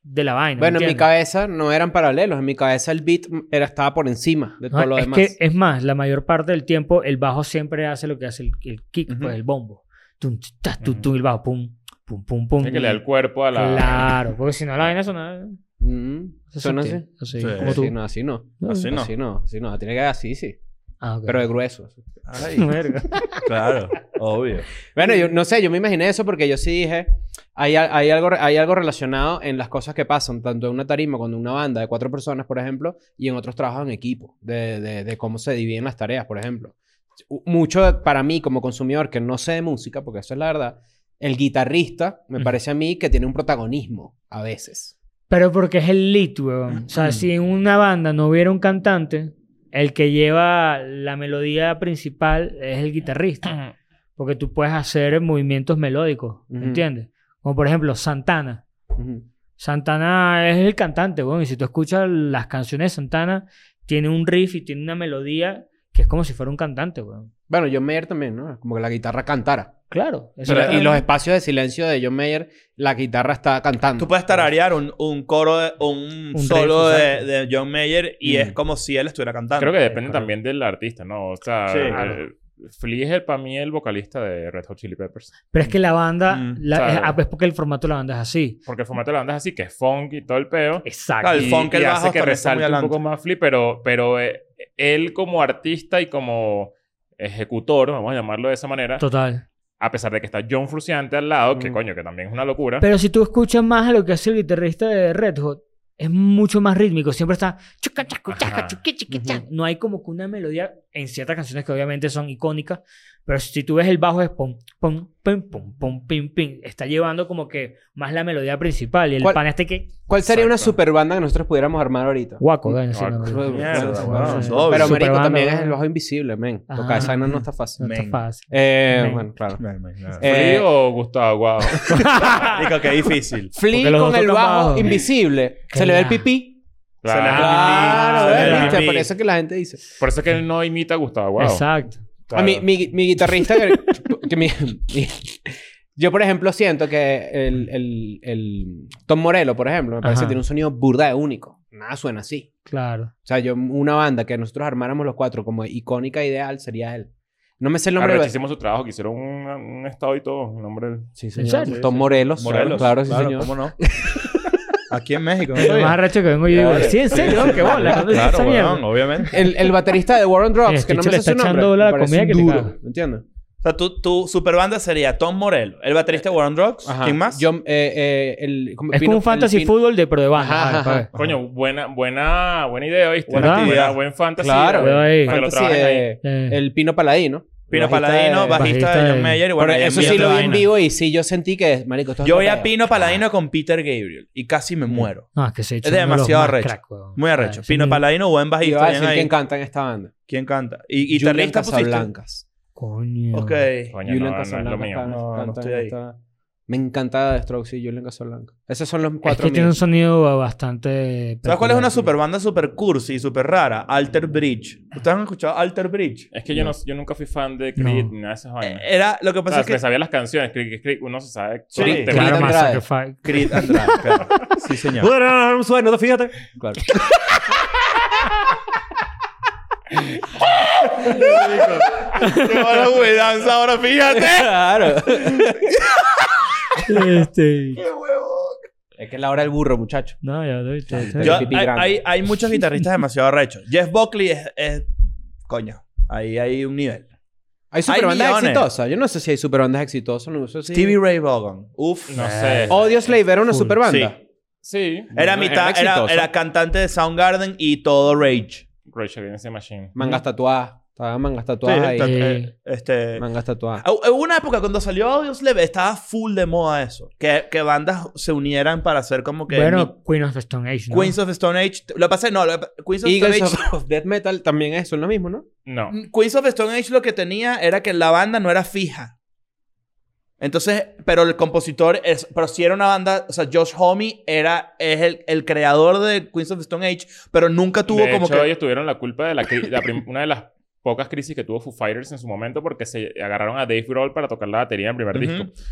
A: de la vaina.
D: Bueno, en mi
A: ¿entiendes?
D: cabeza no eran paralelos. En mi cabeza el beat era, estaba por encima de todo
A: No,
D: lo
A: es
D: demás.
A: que, es más, la mayor parte del tiempo el bajo siempre hace lo que hace el, el kick,
C: Ujú.
A: pues el bombo. Tum, tch, tas, tum,
E: Ujú.
A: tum, el bajo, pum, pum, pum, pum.
E: Es que le da el cuerpo a la...
A: Claro, porque si no la vaina suena.
D: Mm, ¿Suena así?
A: Sí,
C: Sí.
A: como tú.
D: Sí, no, así no.
C: Así no.
D: Así no, así no. Tiene que así, sí.
A: Ah, ok.
D: Pero de grueso.
C: Ay,
A: Verga.
C: claro, obvio.
D: Bueno, yo no sé, yo me imaginé eso porque yo sí dije, hay, al- hay, algo, hay algo relacionado en las cosas que pasan, tanto en una tarima como en una banda de cuatro personas, por ejemplo, y en otros trabajos en equipo, de, de- de cómo se dividen las tareas, por ejemplo. U- Mucho de- para mí como consumidor que no sé de música, porque eso es la verdad, el guitarrista me
A: Ujú.
D: parece a mí que tiene un protagonismo a veces.
A: Pero porque es el lead, weón. O
D: Mm.
A: sea, si en una banda no hubiera un cantante, el que lleva la melodía principal es el guitarrista. Porque tú puedes hacer movimientos melódicos,
D: Ujú.
A: ¿entiendes? Como por ejemplo Santana.
D: Ujú.
A: Santana es el cantante, weón. Y si tú escuchas las canciones de Santana, tiene un riff y tiene una melodía que es como si fuera un cantante, weón.
D: Bueno, John Mayer también, ¿no? Como que la guitarra cantara.
A: Claro. eso
D: Pero-
A: es-
D: y los espacios de silencio de John Mayer, la guitarra está cantando.
C: Tú puedes tararear un, un coro, de- un,
A: riff,
C: solo de,
A: exacto.
C: de John Mayer y
D: Mm.
C: es como si él estuviera cantando.
E: Creo que depende
A: correcto.
E: también del artista, ¿no? O sea,
C: Sí.
E: eh,
A: Claro.
E: Flea es el- para mí el vocalista de Red Hot Chili Peppers.
A: Pero es que la banda,
C: Mm,
A: la-
E: claro.
A: es, ah, pues, porque el formato de la banda es así.
E: Porque el formato de la banda es así, que es funk y todo el peo.
A: Exacto.
C: Claro, Ah, el
E: y,
C: funk, el
E: y
C: bajo
E: hace que
C: también está muy
E: resalte un
C: adelante.
E: poco más Flea, pero, pero eh, él como artista y como ejecutor, vamos a llamarlo de esa manera,
A: Total.
E: a pesar de que está John Fruciante al lado, que
D: Mm.
E: coño, que también es una locura.
A: Pero si tú escuchas más a lo que hace el guitarrista de Red Hot, es mucho más rítmico. Siempre está. chuca, chacu, chaca,
E: Ajá.
F: Mm-hmm.
A: chuqui, chiqui,
D: Ujú.
A: chac. No hay como que una melodía en ciertas canciones que obviamente son icónicas, Pero si tú ves el bajo es pum, pum, pum, pum, pum, pim, pim. Está llevando como que más la melodía principal. Y el
D: ¿Cuál-
A: pan este que...
D: ¿Cuál sería una
E: Exacto.
D: super banda que nosotros pudiéramos armar ahorita?
A: Guaco, bueno, sí,
E: Guaco.
A: no, no, no,
C: Mierda,
A: no,
C: weón,
A: no,
C: es
A: no, Superbanda,
D: Pero marico, también es
A: weón.
D: el bajo invisible, men. Tocar
A: Ajá.
D: esa vaina no está fácil.
A: No está
C: Men.
A: fácil.
D: Eh,
A: Men.
D: bueno, claro.
C: Eh,
D: Eh,
E: ¿Free o Gustavo? Guau.
C: Digo que difícil.
A: Porque
D: Flea
A: los
D: con
A: dos
D: el
A: tocan
D: bajo
A: bajo.
D: invisible. Se le ve el
A: Claro.
D: pipí.
C: Ah,
E: Claro.
D: Claro,
A: eh.
E: se le
D: ¿ves?
E: ve el
D: ¿viste?
C: pipí.
D: Por eso que la gente dice.
E: Por eso es que él no imita a Gustavo Guau.
A: Exacto.
E: Claro.
D: A mí, mi, mi guitarrista. que- que mi- mi- yo, por ejemplo, siento que el, el- el Tom Morello, por ejemplo, me parece
A: Ajá.
D: que tiene un sonido burda de único. Nada suena así.
A: Claro.
D: O sea, yo, una banda que nosotros armáramos los cuatro como icónica ideal sería él. No me sé el nombre de la-
E: Arrechísimo su trabajo, que hicieron un, un estado y todo. Un nombre.
D: Sí,
A: señor.
D: señor. Tom Morelos.
C: Morelos.
D: Claro, sí, señor.
C: ¿Cómo no? Aquí en México. ¿no
A: Es lo
C: sabía?
A: más arrecho que vengo yo y digo,
C: Claro.
A: sí, en serio, qué bola. ¿Dónde está
C: Claro,
A: esa mierda?
C: weón, obviamente.
D: El, el baterista de War on Drugs,
A: Este
D: que no
A: hecho
D: me
A: le
D: sé su
A: está
D: nombre.
A: echando bola a la
D: me parece
A: comida que le
D: duro,
A: caga.
D: ¿me ¿entiendes?
C: O sea, tu, tu super banda sería Tom Morello, el baterista de War on Drugs.
D: Ajá.
C: ¿Quién más?
D: Yo, eh, eh, el, como
A: Es
D: Pino-
A: como un fantasy
D: el Pino-
A: fútbol de pro de banda.
D: Ajá,
A: Vale,
D: ajá.
A: pa' ver.
E: Coño, buena, buena, buena idea, ¿viste?
C: Buena actividad.
E: buen fantasy.
D: Claro.
E: güey,
A: Ahí.
E: Para que lo
D: fantasy
E: trabajen ahí.
D: de-
A: Eh,
D: El Pino Paladino.
C: Pino
D: Bajista
C: Paladino,
D: de-
C: bajista,
A: bajista
C: de
A: de-
C: John Mayer. y bueno,
D: Pero
C: ahí
D: eso
C: en
D: sí
C: vivo.
D: lo vi en
A: vaina.
D: vivo y sí yo sentí que, marico, esto es
C: Yo
D: otro
C: voy a
D: pedo.
C: Pino Paladino con Peter Gabriel y casi
D: Mm.
C: me muero.
A: No, es que se
C: Es demasiado arrecho. Muy arrecho. Pino Paladino, buen
D: Y Ah, iba
C: bajista.
D: a
C: bien
D: decir
C: ahí.
D: quién canta en esta banda.
C: ¿Quién canta? Y
D: Julian
C: guitarrista pusiste.
D: Casablancas.
A: Coño.
C: Ok.
E: Coño,
D: Julian
E: no, no es lo
D: Casablancas
E: mío.
D: canta-
C: No, no
D: canta en
C: estoy ahí.
D: esta- Me encantaba The Strokes y Julian Casablancas. Esos son los
A: Es
D: cuatro
A: que tiene un
D: míos.
A: sonido bastante.
C: ¿Sabes cuál es una super
A: peculiar.
C: banda super cursi y super rara? Alter Bridge. ¿Ustedes han escuchado Alter Bridge?
E: Es que yo, no, yo nunca fui fan de Creed
A: No.
E: ni nada de esas
C: Eh,
E: vainas.
C: Era lo que
E: o
C: pasa
D: Ah,
E: sea,
C: es
E: me
C: que
E: sabía las canciones. Creed, Creed, Creed, uno se sabe.
C: Sí,
E: todos los
C: claro.
A: Claro,
E: temas.
D: Creed
A: más
D: Andrade.
A: sacrifice.
C: Creed atrás. claro. Sí, señor.
B: Bueno, fíjate.
D: Claro.
C: Qué buena danza ahora, fíjate.
D: Claro.
A: Este.
D: Es que es la hora del burro, muchacho.
A: No, ya lo
D: Yo-
C: Yo-
D: Pero
A: viste.
D: el
C: hay,
D: pipí grande.
C: hay- hay muchos guitarristas demasiado arrechos. Jeff Buckley es, es- Coño, ahí hay un nivel.
D: Hay superbandas
C: millones.
D: exitosas. Yo no sé si hay superbandas exitosas. No sé si...
C: Stevie Ray Vaughan. Uf.
E: No sé.
D: Odio Slave era una
A: Full.
D: superbanda.
C: Sí.
E: Sí.
C: Era
D: Bueno,
C: mitad,
D: era
C: era,
D: exitoso.
C: era cantante de Soundgarden y todo Rage.
E: Rachel Against the Machine.
D: Mangas tatuadas. Estaban mangas tatuadas
C: Sí,
D: ahí.
C: ta- eh,
A: Sí.
C: este,
D: Mangas tatuadas.
C: hu- hubo una época cuando salió Audio Slave, estaba full de moda eso. Que, que bandas se unieran para hacer como que
A: Bueno, Queen of the Stone Age.
C: mi-
A: ¿no?
C: Queens of Stone Age. Lo que pasa es- no, lo que pa- Queens of
D: Eagles
C: Stone Age.
D: of, of Death Metal también es, son lo mismo, ¿no?
E: No.
C: Queens of Stone Age lo que tenía era que la banda no era fija. Entonces, pero el compositor, es- pero sí era una banda, o sea, Josh Homme era, es el, el creador de Queens of Stone Age, pero nunca tuvo
E: de
C: como
E: hecho,
C: que...
E: ellos tuvieron la culpa de la, cri- la prim- una de las pocas crisis que tuvo Foo Fighters en su momento porque se agarraron a Dave Grohl para tocar la batería en el primer
C: Ujú.
E: disco.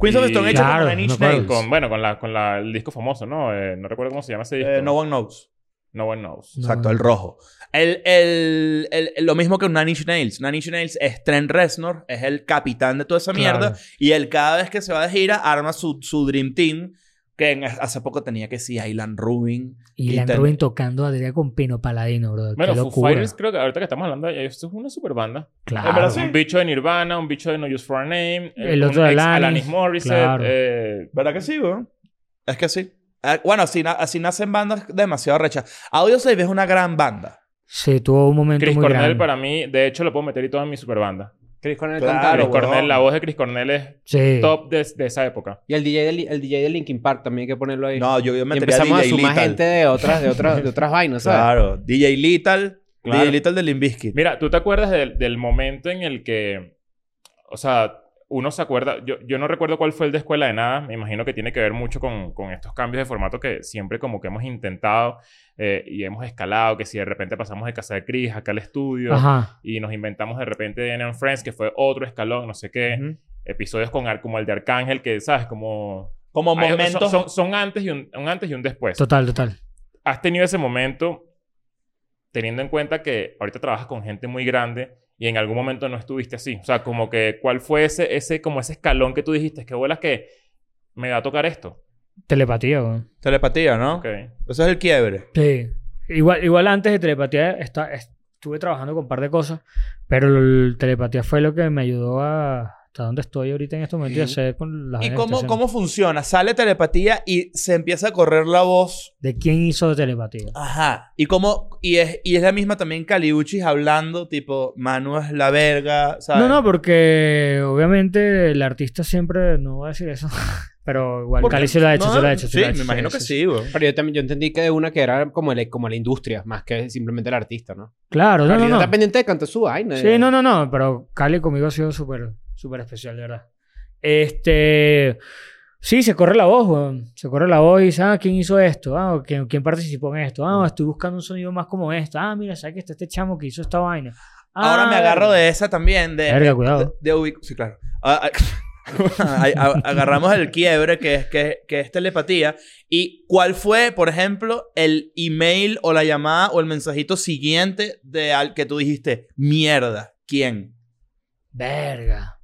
C: Queens of Stone
E: Y-
C: Age
A: Claro,
C: con Nine Inch
A: me acuerdo.
C: Nails.
E: Con, bueno, con, la, con la- el disco famoso, ¿no? Eh, no recuerdo cómo se llama ese disco.
C: Eh, no One Knows.
E: No One Knows.
A: No,
C: Exacto,
A: bueno.
C: el rojo. El, el, el- el- lo mismo que un Nine Inch Nails. Nine Inch Nails es Trent Reznor, es el capitán de toda esa
A: Claro.
C: mierda. Y él cada vez que se va de gira arma su, su Dream Team, que en- hace poco tenía que sí, Island Rubin.
A: Y la
C: Quinta-
A: Rubin tocando a Adrián con Pino Paladino, bro.
E: Bueno,
A: Qué
E: Foo
A: locura.
E: Fighters creo que ahorita que estamos hablando de ellos, esto es una super banda.
A: Claro.
C: verdad, Eh, sí.
E: Un bicho de Nirvana, un bicho de No Use For A Name, eh,
A: El
E: un
A: otro de
E: ex
A: Alanis,
E: Alanis Morissette,
A: claro.
E: eh,
C: ¿Verdad que sí, güey? Es que sí. Eh, bueno, así, na- así nacen bandas demasiado rechas. Audio 6 es una gran banda.
A: Sí, tuvo un momento
E: Chris
A: muy
E: Cornell
A: grande.
E: para mí, de hecho lo puedo meter y todo en mi super banda.
D: Chris Cornell
C: Claro,
D: cantaba.
E: Chris
C: weón.
E: Cornell, la voz de Chris Cornell es
A: Sí.
E: top de, de esa época.
D: Y el DJ, de, Li- el DJ de Linkin Park también hay que ponerlo ahí.
C: No, yo, yo
D: y
C: metería
D: empezamos a
C: DJ
D: sumar
C: Lethal.
D: gente de otras, de otras, de otras vainas, ¿sabes?
C: Claro, DJ Lethal.
E: Claro.
C: DJ Lethal de Limbisky.
E: Mira, ¿tú te acuerdas del, del momento en el que, o sea, uno se acuerda, yo, yo no recuerdo cuál fue el de Escuela de Nada, me imagino que tiene que ver mucho con, con estos cambios de formato que siempre como que hemos intentado eh, y hemos escalado, que si de repente pasamos de Casa de Cris acá al estudio
A: Ajá.
E: y nos inventamos de repente DNA and Friends, que fue otro escalón, no sé qué,
C: Ujú.
E: episodios con, ar- como el de Arcángel, que, ¿sabes? Como...
C: Como
E: Hay- son-
C: momentos.
E: Son, son antes y un, un antes y un después.
A: Total, total.
E: ¿Has tenido ese momento teniendo en cuenta que ahorita trabajas con gente muy grande y en algún momento no estuviste así? O sea, como que, ¿cuál fue ese, ese, como ese escalón que tú dijiste? que bolas que me va a tocar esto?
A: Telepatía, güey.
C: Telepatía, ¿no?
E: Ok.
C: Eso es el quiebre.
A: Sí. Igual, igual antes de telepatía está- estuve trabajando con un par de cosas, pero el telepatía fue lo que me ayudó a hasta dónde estoy ahorita en estos momentos y
C: Sí.
A: hacer con las
C: ¿Y
A: vainas que
C: cómo,
A: estoy haciendo.
C: cómo funciona? Sale telepatía y se empieza a correr la voz.
A: ¿De quién hizo
C: Ah,
A: telepatía?
C: Ajá. Y cómo, y es, y es la misma también Caliuchis hablando, tipo, Manu es la verga, ¿sabes?
A: No, no, porque obviamente el artista siempre no va a decir eso. Pero igual
C: Porque-
A: Cali sí lo ha hecho,
C: no,
A: sí lo ha hecho.
C: Sí,
A: lo ha
C: me
A: hecho,
C: imagino que sí, güey.
D: Pero yo también yo entendí que de una que era como, el, como la industria, más que simplemente el artista, ¿no?
A: Claro, no,
D: Pero
A: no, no.
D: Está pendiente de cantar su vaina.
A: Sí, no, no, no, pero Cali conmigo ha sido súper, súper especial, de verdad. Este. Sí, se corre la voz, weón. Se corre la voz y dice, ah, ¿quién hizo esto? Ah, ¿quién, quién participó en esto? Ah, estoy buscando un sonido más como esto. Ah, mira, ¿sabes que está este chamo que hizo esta vaina? Ah,
C: Ahora me agarro de esa también. De,
A: Verga,
C: de-
A: cuidado.
C: de ubic- Sí, claro. Ah, A- a- a- a- ah, agarramos el quiebre que es, que, que es telepatía. ¿Y cuál fue, por ejemplo, el email o la llamada o el mensajito siguiente de al que tú dijiste, mierda, ¿quién?
A: Verga.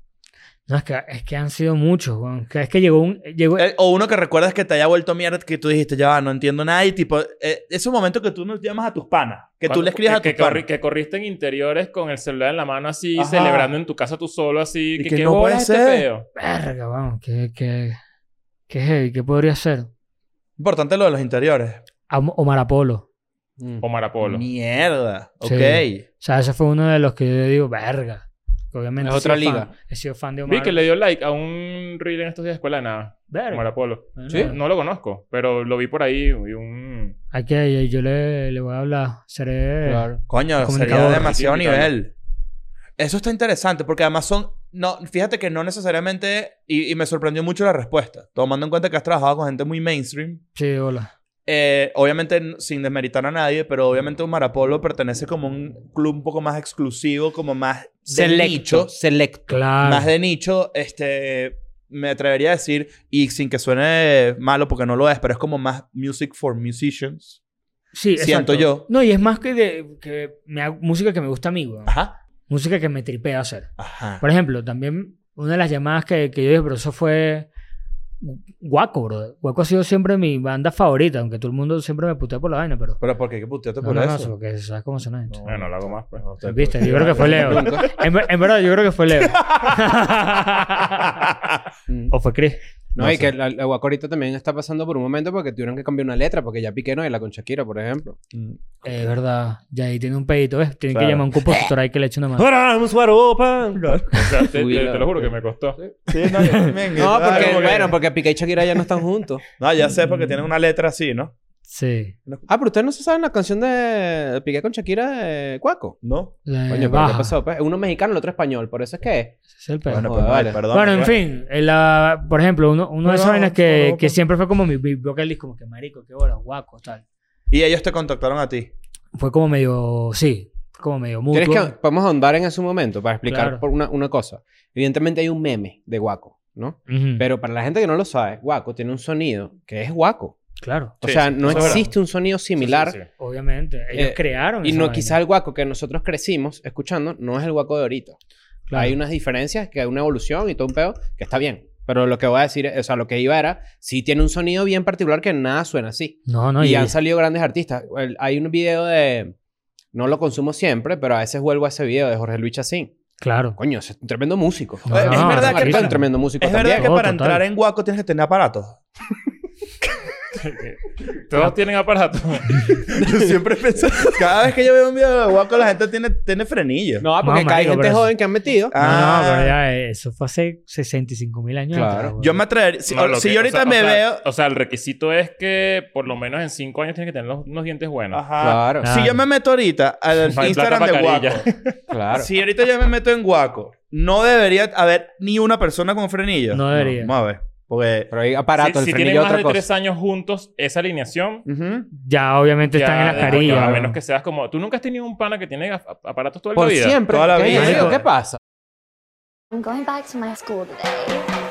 A: No, es que, es que han sido muchos, weón. Que Es que llegó un. Llegó,
C: Eh, O uno que recuerdas que te haya vuelto mierda, que tú dijiste, ya va, no entiendo nada. Y tipo, eh, esos momentos que tú nos llamas a tus panas, que tú
E: Cuando-
C: le escribes a tus
E: que, que, corri-
C: panas.
E: que corriste en interiores con el celular en la mano así,
C: Ajá.
E: celebrando en tu casa tú solo así.
C: Y
E: que,
C: que
E: ¿qué
C: no
E: bola
C: puede
E: es este
C: ser.
E: peo?
A: Verga, weón. ¿Qué, qué, qué heavy? ¿Qué podría ser?
C: Importante lo de los interiores.
A: Am- Omar Apolo.
D: eh. Mm.
E: O Marapolo.
C: Mierda.
A: Sí.
C: Ok.
A: O sea, ese fue uno de los que yo digo, verga. Obviamente.
D: Es
A: he
D: otra
A: sido
D: liga.
A: fan- he sido fan de Omar.
E: Vi que le dio like a un reel en estos días de escuela de nada.
A: Verga.
E: Marapolo.
A: Bueno,
E: Sí, no lo conozco, pero lo vi por ahí. Vi un...
A: Hay que, yo le, le voy a hablar. Seré.
D: Claro.
C: Coño, sería
A: Comunicador.
C: demasiado
E: Sí, claro.
C: nivel. Eso está interesante porque además son... No, fíjate que no necesariamente... Y, y me sorprendió mucho la respuesta. Tomando en cuenta que has trabajado con gente muy mainstream.
A: Sí, hola.
C: eh, obviamente n- sin desmeritar a nadie, pero obviamente un Marapolo pertenece como un club un poco más exclusivo, como más de nicho.
D: Selecto. Selecto.
A: Claro.
C: Más de nicho, este... Me atrevería a decir, y sin que suene malo porque no lo es, pero es como más music for musicians.
A: sí,
C: siento yo.
A: No, y es más que, de, que me hago- música que me gusta a mí, weón.
C: Ajá.
A: Música que me tripea hacer.
C: Ajá.
A: Por ejemplo, también una de las llamadas que, que yo dije, pero eso fue Guaco, bro. Guaco ha sido siempre mi banda favorita, aunque todo el mundo siempre me putea por la vaina, pero.
C: Pero ¿por qué? ¿Qué puteaste
A: No,
C: por
A: no, no,
C: eso?
A: porque sabes cómo son la gente.
E: Bueno, no lo hago más, pues.
C: No, te-
A: Viste, yo creo que fue Leo. En, ver- en verdad, yo creo que fue Leo.
D: Mm.
A: o fue Chris.
D: No,
A: No
D: y
A: sé.
D: que la, la Guaco ahorita también está pasando por un momento porque tuvieron que cambiar una letra, porque ya Piqué no era con Shakira, por ejemplo.
A: Es verdad. Ya ahí tiene un pedito, ¿ves? Tiene
C: Claro.
A: que llamar a un compositor ahí que le eche una mano.
B: Ahora vamos a Europa.
E: O sea, te,
D: Uy,
E: te-
D: la-
E: te lo juro que me costó.
C: Sí, no, yo también.
D: No,
C: Ah,
D: porque,
C: como que-
D: bueno, porque Piqué y Shakira ya no están juntos.
C: No, ya sé, porque tienen una letra así, ¿no?
A: Sí.
D: Ah, pero ustedes no se saben la canción de Piqué con Shakira de Cuaco.
C: ¿No?
A: Eh,
D: Coño, pero ¿qué
A: baja.
D: pasó? Pues? Uno mexicano, el otro español, por eso es que es.
A: Ese es el pedo.
C: bueno,
A: Bueno,
C: pues
D: Joder,
C: vale,
D: vale.
C: perdón.
A: en
C: Bueno.
A: fin. en la- por ejemplo, uno, uno de esos
C: Pero,
A: vainas que,
C: pero,
A: que
C: pero-
A: siempre fue como mi beat vocalist, como que marico, qué bola, guaco, tal.
C: Y ellos te contactaron a ti.
A: Fue como medio, sí, como medio mutuo.
D: Tienes que, podemos ahondar en ese momento para explicar
A: Claro.
D: por una, una cosa. Evidentemente hay un meme de Guaco, ¿no?
A: Ujú,
D: Pero para la gente que no lo sabe, Guaco tiene un sonido que es Guaco.
A: Claro,
D: O
C: Sí,
D: sea,
C: sí,
D: no
C: eso es verdad.
D: existe un sonido similar.
E: Sí, sí, sí.
A: obviamente. Ellos
D: Eh,
A: crearon
D: Y
A: esa
D: no,
A: vaina.
D: quizás el guaco que nosotros crecimos escuchando no es el guaco de ahorita.
A: Claro.
D: Hay unas diferencias, que hay una evolución y todo un pedo, que está bien. Pero lo que voy a decir, o sea, lo que iba era, sí tiene un sonido bien particular que nada suena así.
A: No, no,
D: y,
A: y,
D: han salido grandes artistas. El- hay un video de, no lo consumo siempre, pero a veces vuelvo a ese video de Jorge Luis Chacín.
A: claro.
D: Coño, ese es un tremendo músico.
A: No,
C: Es
A: no, no,
C: verdad
D: Ese
C: que-
D: marico Es un
A: claro.
D: tremendo músico
C: Es
D: también.
C: verdad que
A: Oh,
C: para
A: total.
C: entrar en Guaco tienes que tener aparatos.
E: Todos tienen aparato.
C: Yo siempre pensé... Cada vez que yo veo un video de Guaco, la gente tiene, tiene frenillo.
D: No, porque
A: No,
D: acá hay
A: marico,
D: gente
A: pero-
D: joven que han metido.
A: No,
C: Ah.
A: no, pero ya, eh, eso fue hace 65 mil años.
D: Claro.
A: atrás, güey.
C: Yo me atrevería... Si,
E: No, lo
C: si
E: que-
C: yo
E: o
C: ahorita
E: sea- o
C: me
E: sea-
C: veo...
E: O sea, el requisito es que por lo menos en cinco años tienes que tener los- unos dientes buenos.
C: Ajá.
D: Claro.
C: Si yo me meto ahorita al
E: No hay plata
C: Instagram
E: pa'
C: de
E: carilla.
C: Guaco...
D: Claro.
C: Si ahorita yo me meto en Guaco, no debería haber ni una persona con frenillo.
A: No debería.
C: vamos a ver. Porque...
D: Pero hay aparato,
E: si si
D: el
E: tienen
D: frenillo
E: más
D: otra
E: de
D: cosa.
E: tres años juntos, esa alineación...
D: Ujú.
A: Ya, obviamente están
E: ya-
A: en las
E: ya,
A: carillas.
E: A
A: güey.
E: menos que seas como... Tú nunca has tenido un pana que tiene af- aparatos toda la
D: Por
E: vida.
D: siempre.
C: Toda la
D: ¿Qué
C: vida.
D: digo? ¿Qué pasa?
F: I'm going back to my school today.